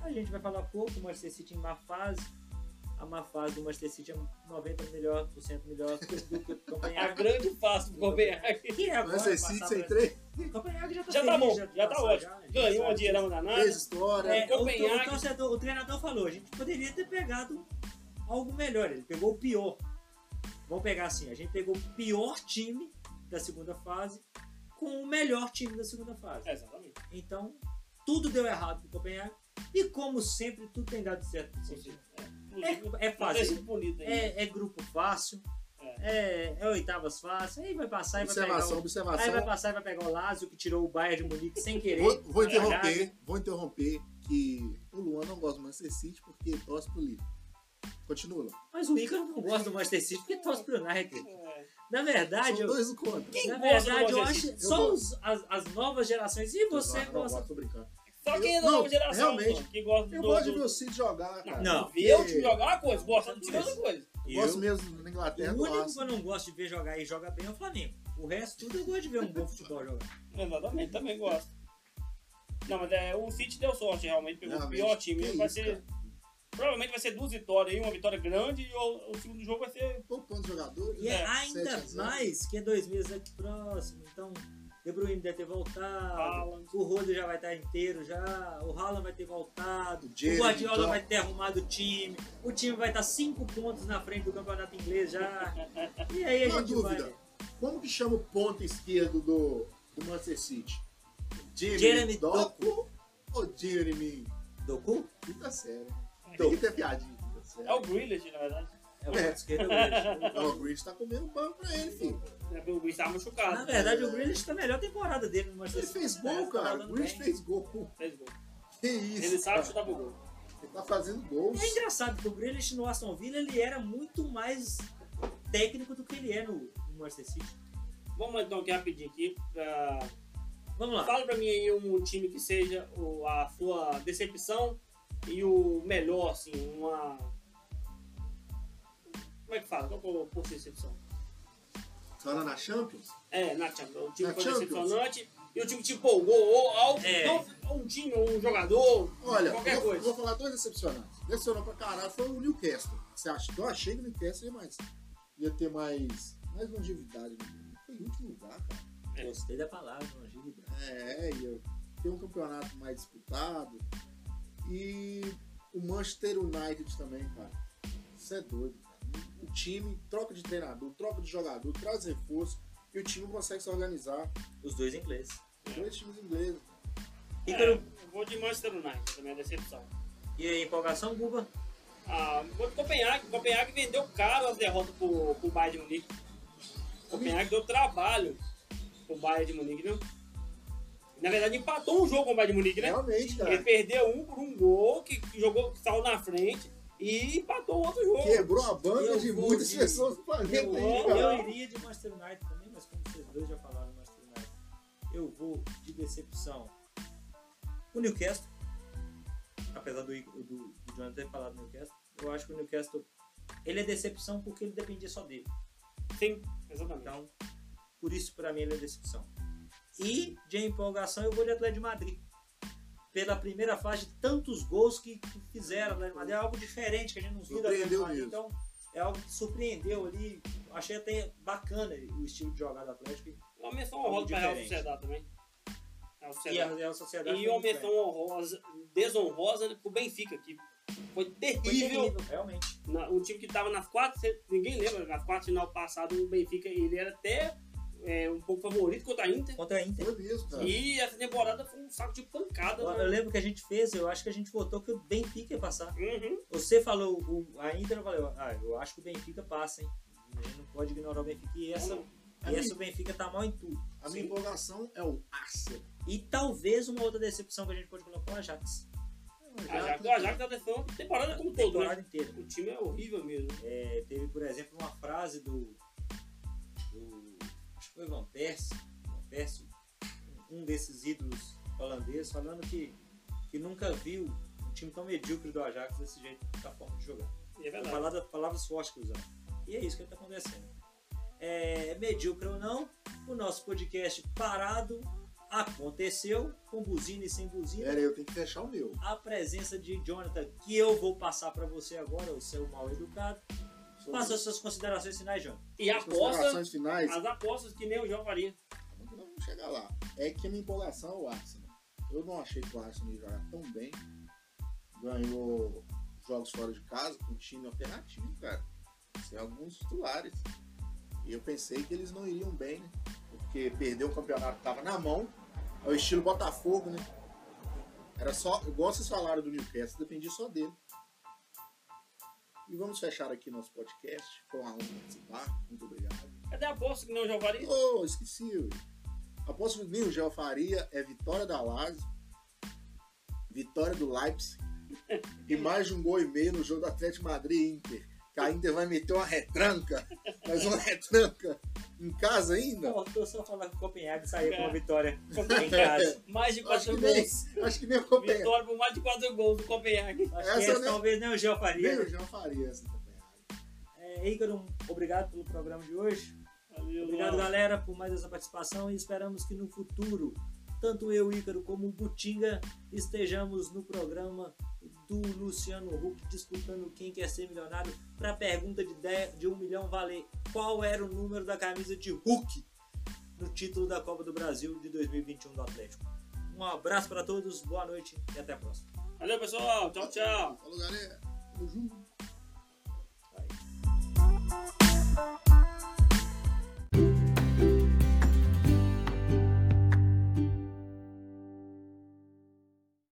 [SPEAKER 2] A gente vai falar pouco, o Manchester City em má fase. A má fase do Manchester City é 90% melhor, por cento melhor do que o
[SPEAKER 4] A
[SPEAKER 2] Copenhague.
[SPEAKER 4] grande fase pro Copenhague.
[SPEAKER 2] Que é agora
[SPEAKER 3] Manchester
[SPEAKER 2] passar
[SPEAKER 3] City
[SPEAKER 2] pra-
[SPEAKER 3] sem três,
[SPEAKER 2] Copenhague já tá
[SPEAKER 4] Já tá
[SPEAKER 2] feliz,
[SPEAKER 4] bom, já tá
[SPEAKER 2] passou,
[SPEAKER 4] ótimo.
[SPEAKER 2] já, já
[SPEAKER 4] Ganhou
[SPEAKER 2] sabe.
[SPEAKER 4] uma dinheirão danada.
[SPEAKER 3] três histórias.
[SPEAKER 2] É, o,
[SPEAKER 4] Copenhague-
[SPEAKER 2] o torcedor- o treinador falou, a gente poderia ter pegado algo melhor. Ele pegou o pior. Vamos pegar assim, a gente pegou o pior time da segunda fase com o melhor time da segunda fase.
[SPEAKER 4] É, Exatamente.
[SPEAKER 2] Então, tudo deu errado pro Copenhague. E como sempre, tudo tem dado certo pro City. É, é
[SPEAKER 4] Fazer
[SPEAKER 2] fácil.
[SPEAKER 4] isso bonito ainda.
[SPEAKER 2] É, é grupo fácil. É, é oitavas fácil. Aí vai passar e vai pegar
[SPEAKER 3] Observação,
[SPEAKER 2] o...
[SPEAKER 3] observação.
[SPEAKER 2] Aí vai passar e vai pegar o Lazio, que tirou o Bayern de Munique sem querer.
[SPEAKER 3] Vou, vou
[SPEAKER 2] Vai pegar.
[SPEAKER 3] interromper, vou interromper que o Luan não gosta do Manchester City porque é torce pro Liverpool. Continua. Luan.
[SPEAKER 2] Mas o Ícaro não gosta do Manchester City porque torce pro United.
[SPEAKER 4] É.
[SPEAKER 2] Na verdade,
[SPEAKER 3] São
[SPEAKER 2] eu,
[SPEAKER 3] dois do contra.
[SPEAKER 4] Quem
[SPEAKER 2] na
[SPEAKER 4] gosta do
[SPEAKER 2] verdade, eu
[SPEAKER 4] Manchester
[SPEAKER 2] acho
[SPEAKER 3] City? Eu
[SPEAKER 2] só
[SPEAKER 3] gosto.
[SPEAKER 2] os- as, as novas gerações. E você
[SPEAKER 3] não,
[SPEAKER 2] gosta?
[SPEAKER 3] Não, tô brincando.
[SPEAKER 4] Só quem é da
[SPEAKER 3] Não,
[SPEAKER 4] nova geração,
[SPEAKER 3] realmente.
[SPEAKER 4] pô, que gosta
[SPEAKER 3] Eu
[SPEAKER 4] do-
[SPEAKER 3] gosto de
[SPEAKER 4] do-
[SPEAKER 3] ver o City jogar, cara.
[SPEAKER 2] Não.
[SPEAKER 4] Ver o time jogar é uma coisa, gosta do time é outra coisa.
[SPEAKER 3] Eu gosto mesmo na Inglaterra
[SPEAKER 2] o
[SPEAKER 3] do
[SPEAKER 2] único que
[SPEAKER 3] Arsenal.
[SPEAKER 2] eu não gosto de ver jogar e joga bem é o Flamengo. O resto tudo eu gosto de ver um bom futebol jogar.
[SPEAKER 4] Exatamente, também gosto. Não, mas é, o City deu sorte, realmente. Pegou o
[SPEAKER 3] Realmente,
[SPEAKER 4] pior time.
[SPEAKER 2] é
[SPEAKER 3] que é
[SPEAKER 4] vai
[SPEAKER 3] isso,
[SPEAKER 4] ser,
[SPEAKER 3] cara.
[SPEAKER 4] provavelmente vai ser duas vitórias aí, uma vitória grande e o, o segundo jogo vai ser.
[SPEAKER 3] Poupando jogadores. né?
[SPEAKER 2] E é
[SPEAKER 4] É,
[SPEAKER 3] sete
[SPEAKER 2] ainda
[SPEAKER 3] a zero.
[SPEAKER 2] mais que é dois meses aqui próximo. Então, De Bruyne deve ter voltado.
[SPEAKER 4] Haaland.
[SPEAKER 2] O Rodo já vai estar inteiro já. O Haaland vai ter voltado.
[SPEAKER 3] O Jeremy
[SPEAKER 2] o Guardiola
[SPEAKER 3] Doc.
[SPEAKER 2] vai ter arrumado o time. O time vai estar cinco pontos na frente do campeonato inglês já. E aí a
[SPEAKER 3] Uma
[SPEAKER 2] gente
[SPEAKER 3] dúvida.
[SPEAKER 2] vai.
[SPEAKER 3] Como que chama o ponto esquerdo do, do Manchester City? Jeremy,
[SPEAKER 2] Jeremy
[SPEAKER 3] Doku ou Jeremy? tá
[SPEAKER 2] Doku?
[SPEAKER 3] Quinta série. Tem que ter piadinha. quinta série.
[SPEAKER 4] É o Grealish, na verdade.
[SPEAKER 2] É o ponto esquerdo do Grealish.
[SPEAKER 3] Não, o Grealish tá comendo banco pra ele, filho.
[SPEAKER 4] Né, O Grealish tava machucado.
[SPEAKER 2] Na verdade, o Grealish tá a melhor temporada dele no
[SPEAKER 3] Ele
[SPEAKER 2] Manchester City.
[SPEAKER 3] fez
[SPEAKER 2] né?
[SPEAKER 3] gol,
[SPEAKER 2] Tá
[SPEAKER 3] cara. O
[SPEAKER 2] mandando
[SPEAKER 3] Grealish
[SPEAKER 2] bem.
[SPEAKER 3] fez gol.
[SPEAKER 4] Fez gol.
[SPEAKER 3] Que isso?
[SPEAKER 4] Ele sabe
[SPEAKER 3] cara.
[SPEAKER 4] chutar pro gol.
[SPEAKER 3] Ele tá fazendo gols.
[SPEAKER 2] É engraçado que o Grealish no Aston Villa ele era muito mais técnico do que ele é no, no Manchester City.
[SPEAKER 4] Vamos então aqui rapidinho aqui. Pra...
[SPEAKER 2] Vamos lá.
[SPEAKER 4] Fala pra mim aí um time que seja o- a sua decepção e o melhor, assim, uma. Como é que fala? Qual que é o posto de decepção?
[SPEAKER 3] Fala na Champions?
[SPEAKER 4] É, na Champions. O time
[SPEAKER 3] Na
[SPEAKER 4] foi
[SPEAKER 3] Champions?
[SPEAKER 4] decepcionante e o time te empolgou, ou algo,
[SPEAKER 2] É.
[SPEAKER 4] não, ou um time, ou um jogador,
[SPEAKER 3] Olha,
[SPEAKER 4] qualquer
[SPEAKER 3] eu vou,
[SPEAKER 4] coisa.
[SPEAKER 3] vou falar dois decepcionantes. Decepcionou pra caralho foi o Newcastle. Você acha? Eu achei que o Newcastle ia, mais, ia ter mais, mais longevidade. no mundo. Foi em último lugar, cara.
[SPEAKER 2] Gostei da palavra, longevidade.
[SPEAKER 3] É, ia ter um campeonato mais disputado. E o Manchester United também, cara. Isso é doido, cara. O time troca de treinador, troca de jogador, traz reforço e o time consegue se organizar.
[SPEAKER 2] Os dois ingleses.
[SPEAKER 3] Dois times ingleses.
[SPEAKER 4] É,
[SPEAKER 2] Ícaro,
[SPEAKER 4] eu vou de Manchester United, também é decepção.
[SPEAKER 2] e a empolgação, Cuba?
[SPEAKER 4] Ah, vou de Copenhague. Copenhague vendeu caro as derrotas pro, pro Bayern de Munique. Copenhague deu trabalho pro Bayern de Munique, né? Na verdade, empatou um jogo com o Bayern de Munique, né?
[SPEAKER 3] Realmente,
[SPEAKER 4] Ele
[SPEAKER 3] É, cara.
[SPEAKER 4] perdeu um por um gol, que, que jogou, que saiu na frente e empatou outro jogo.
[SPEAKER 3] Quebrou a banca
[SPEAKER 2] Eu
[SPEAKER 3] de
[SPEAKER 2] vou
[SPEAKER 3] muitas
[SPEAKER 2] de-
[SPEAKER 3] pessoas do planeta
[SPEAKER 4] eu
[SPEAKER 3] aí,
[SPEAKER 4] amo-
[SPEAKER 3] cara.
[SPEAKER 2] Eu iria de Manchester United também, mas como vocês dois já falaram Manchester United, eu vou de decepção. O Newcastle, apesar do, do, do Jonathan ter falado do Newcastle, eu acho que o Newcastle ele é decepção porque ele dependia só dele.
[SPEAKER 4] Sim, exatamente.
[SPEAKER 2] Então, por isso pra mim ele é decepção. E de empolgação eu vou de Atlético de Madrid. Pela primeira fase de tantos gols que, que fizeram, Atlético de Madrid é algo diferente que a gente não viu do Atlético de
[SPEAKER 3] Surpreendeu
[SPEAKER 2] Madrid.
[SPEAKER 3] mesmo.
[SPEAKER 2] Então, é algo que surpreendeu ali. Achei até bacana o estilo de jogar do Atlético
[SPEAKER 4] Uma menção honrosa pra Real
[SPEAKER 2] Diferente.
[SPEAKER 4] Sociedade também. Real
[SPEAKER 2] e a
[SPEAKER 4] Sociedade.
[SPEAKER 2] Real Sociedade.
[SPEAKER 4] E
[SPEAKER 2] foi
[SPEAKER 4] uma
[SPEAKER 2] muito
[SPEAKER 4] menção honrosa, desonrosa né, pro Benfica, que foi
[SPEAKER 2] bem. Foi
[SPEAKER 4] terrível
[SPEAKER 2] terrível, realmente.
[SPEAKER 4] Na- o time que tava nas quatro, cê- ninguém lembra, nas quatro final passado, o Benfica, ele era até é, um pouco favorito contra a Inter.
[SPEAKER 2] Contra a Inter.
[SPEAKER 3] Foi mesmo, cara.
[SPEAKER 4] E essa temporada foi um saco de pancada.
[SPEAKER 2] Eu
[SPEAKER 4] né?
[SPEAKER 2] lembro que a gente fez, eu acho que a gente votou que o Benfica ia passar.
[SPEAKER 4] Uhum.
[SPEAKER 2] Você falou o- a Inter, eu falei, ah, eu acho que o Benfica passa, hein? A gente não pode ignorar o Benfica. E essa,
[SPEAKER 4] Uhum.
[SPEAKER 3] A
[SPEAKER 2] e
[SPEAKER 3] minha-
[SPEAKER 2] essa o Benfica tá mal em tudo.
[SPEAKER 3] A minha empolgação é o Arsenal.
[SPEAKER 2] E talvez uma outra decepção que a gente pode colocar é o Ajax. Ah,
[SPEAKER 4] A Ajax, o Ajax tá defendendo a temporada
[SPEAKER 2] A
[SPEAKER 4] como todo, né?
[SPEAKER 2] temporada inteira.
[SPEAKER 4] O time é horrível mesmo.
[SPEAKER 2] É, teve, por exemplo, uma frase do. do- acho que foi Van Persie, Van Persie, um desses ídolos holandeses, falando que, que nunca viu um time tão medíocre do Ajax desse jeito, da forma de jogar.
[SPEAKER 4] E É verdade.
[SPEAKER 2] Palavra, palavras fortes que usamos. E é isso que está acontecendo. É, medíocre ou não, o nosso podcast parado aconteceu, com buzina e sem buzina.
[SPEAKER 3] Pera aí, eu tenho que fechar o meu.
[SPEAKER 2] a presença de Jonathan, que eu vou passar para você agora, o seu mal educado.
[SPEAKER 3] Sobre
[SPEAKER 2] Faça suas considerações finais, Jonathan.
[SPEAKER 4] E
[SPEAKER 3] É. as
[SPEAKER 4] aposta,
[SPEAKER 3] considerações finais,
[SPEAKER 4] as apostas que nem o João faria.
[SPEAKER 3] não vamos chegar lá. É que a minha empolgação é o Arsenal. Eu não achei que o Arsenal ia jogar tão bem. Ganhou jogos fora de casa com um time alternativo, cara. Sem alguns titulares. E eu pensei que eles não iriam bem, né? Porque perdeu o campeonato que tava na mão. É o estilo Botafogo, né? Era só, igual vocês falaram do Newcastle, dependia só dele. E vamos fechar aqui nosso podcast. Foi uma honra participar. Muito obrigado.
[SPEAKER 4] Cadê a É, aposta que nem o João faria?
[SPEAKER 3] Oh, esqueci. ué. Aposto que o Ninho Gel Faria é vitória da Lazio, vitória do Leipzig e mais de um gol e meio no jogo do Atlético Madrid e Inter. Que a Inter vai meter uma retranca, mais uma retranca em casa ainda.
[SPEAKER 2] Faltou só falar que o Copenhague saiu com uma
[SPEAKER 4] É.
[SPEAKER 2] vitória em casa.
[SPEAKER 4] Mais de
[SPEAKER 3] É. Acho
[SPEAKER 4] quatro
[SPEAKER 3] que nem,
[SPEAKER 4] gols.
[SPEAKER 3] acho que nem o Copenhague.
[SPEAKER 4] Vitória por mais de quatro gols do Copenhague.
[SPEAKER 2] Acho
[SPEAKER 3] Essa
[SPEAKER 2] que essa
[SPEAKER 3] nem-
[SPEAKER 2] talvez nem o Geo
[SPEAKER 3] né? Nem
[SPEAKER 2] faria.
[SPEAKER 3] o Gel Faria essa Copenhague.
[SPEAKER 2] É, Ícaro, obrigado pelo programa de hoje.
[SPEAKER 4] Valeu,
[SPEAKER 2] Obrigado,
[SPEAKER 4] Luan.
[SPEAKER 2] galera, por mais essa participação e esperamos que no futuro, tanto eu, Ícaro, como o Butinga, estejamos no programa do Luciano Huck disputando quem quer ser milionário para a pergunta de, 10, de 1 milhão valer qual era o número da camisa de Hulk no título da Copa do Brasil de 2021 do Atlético. Um abraço para todos, boa noite e até a próxima.
[SPEAKER 4] Valeu, pessoal. Tchau, tchau.
[SPEAKER 3] Falou, galera. Tamo junto.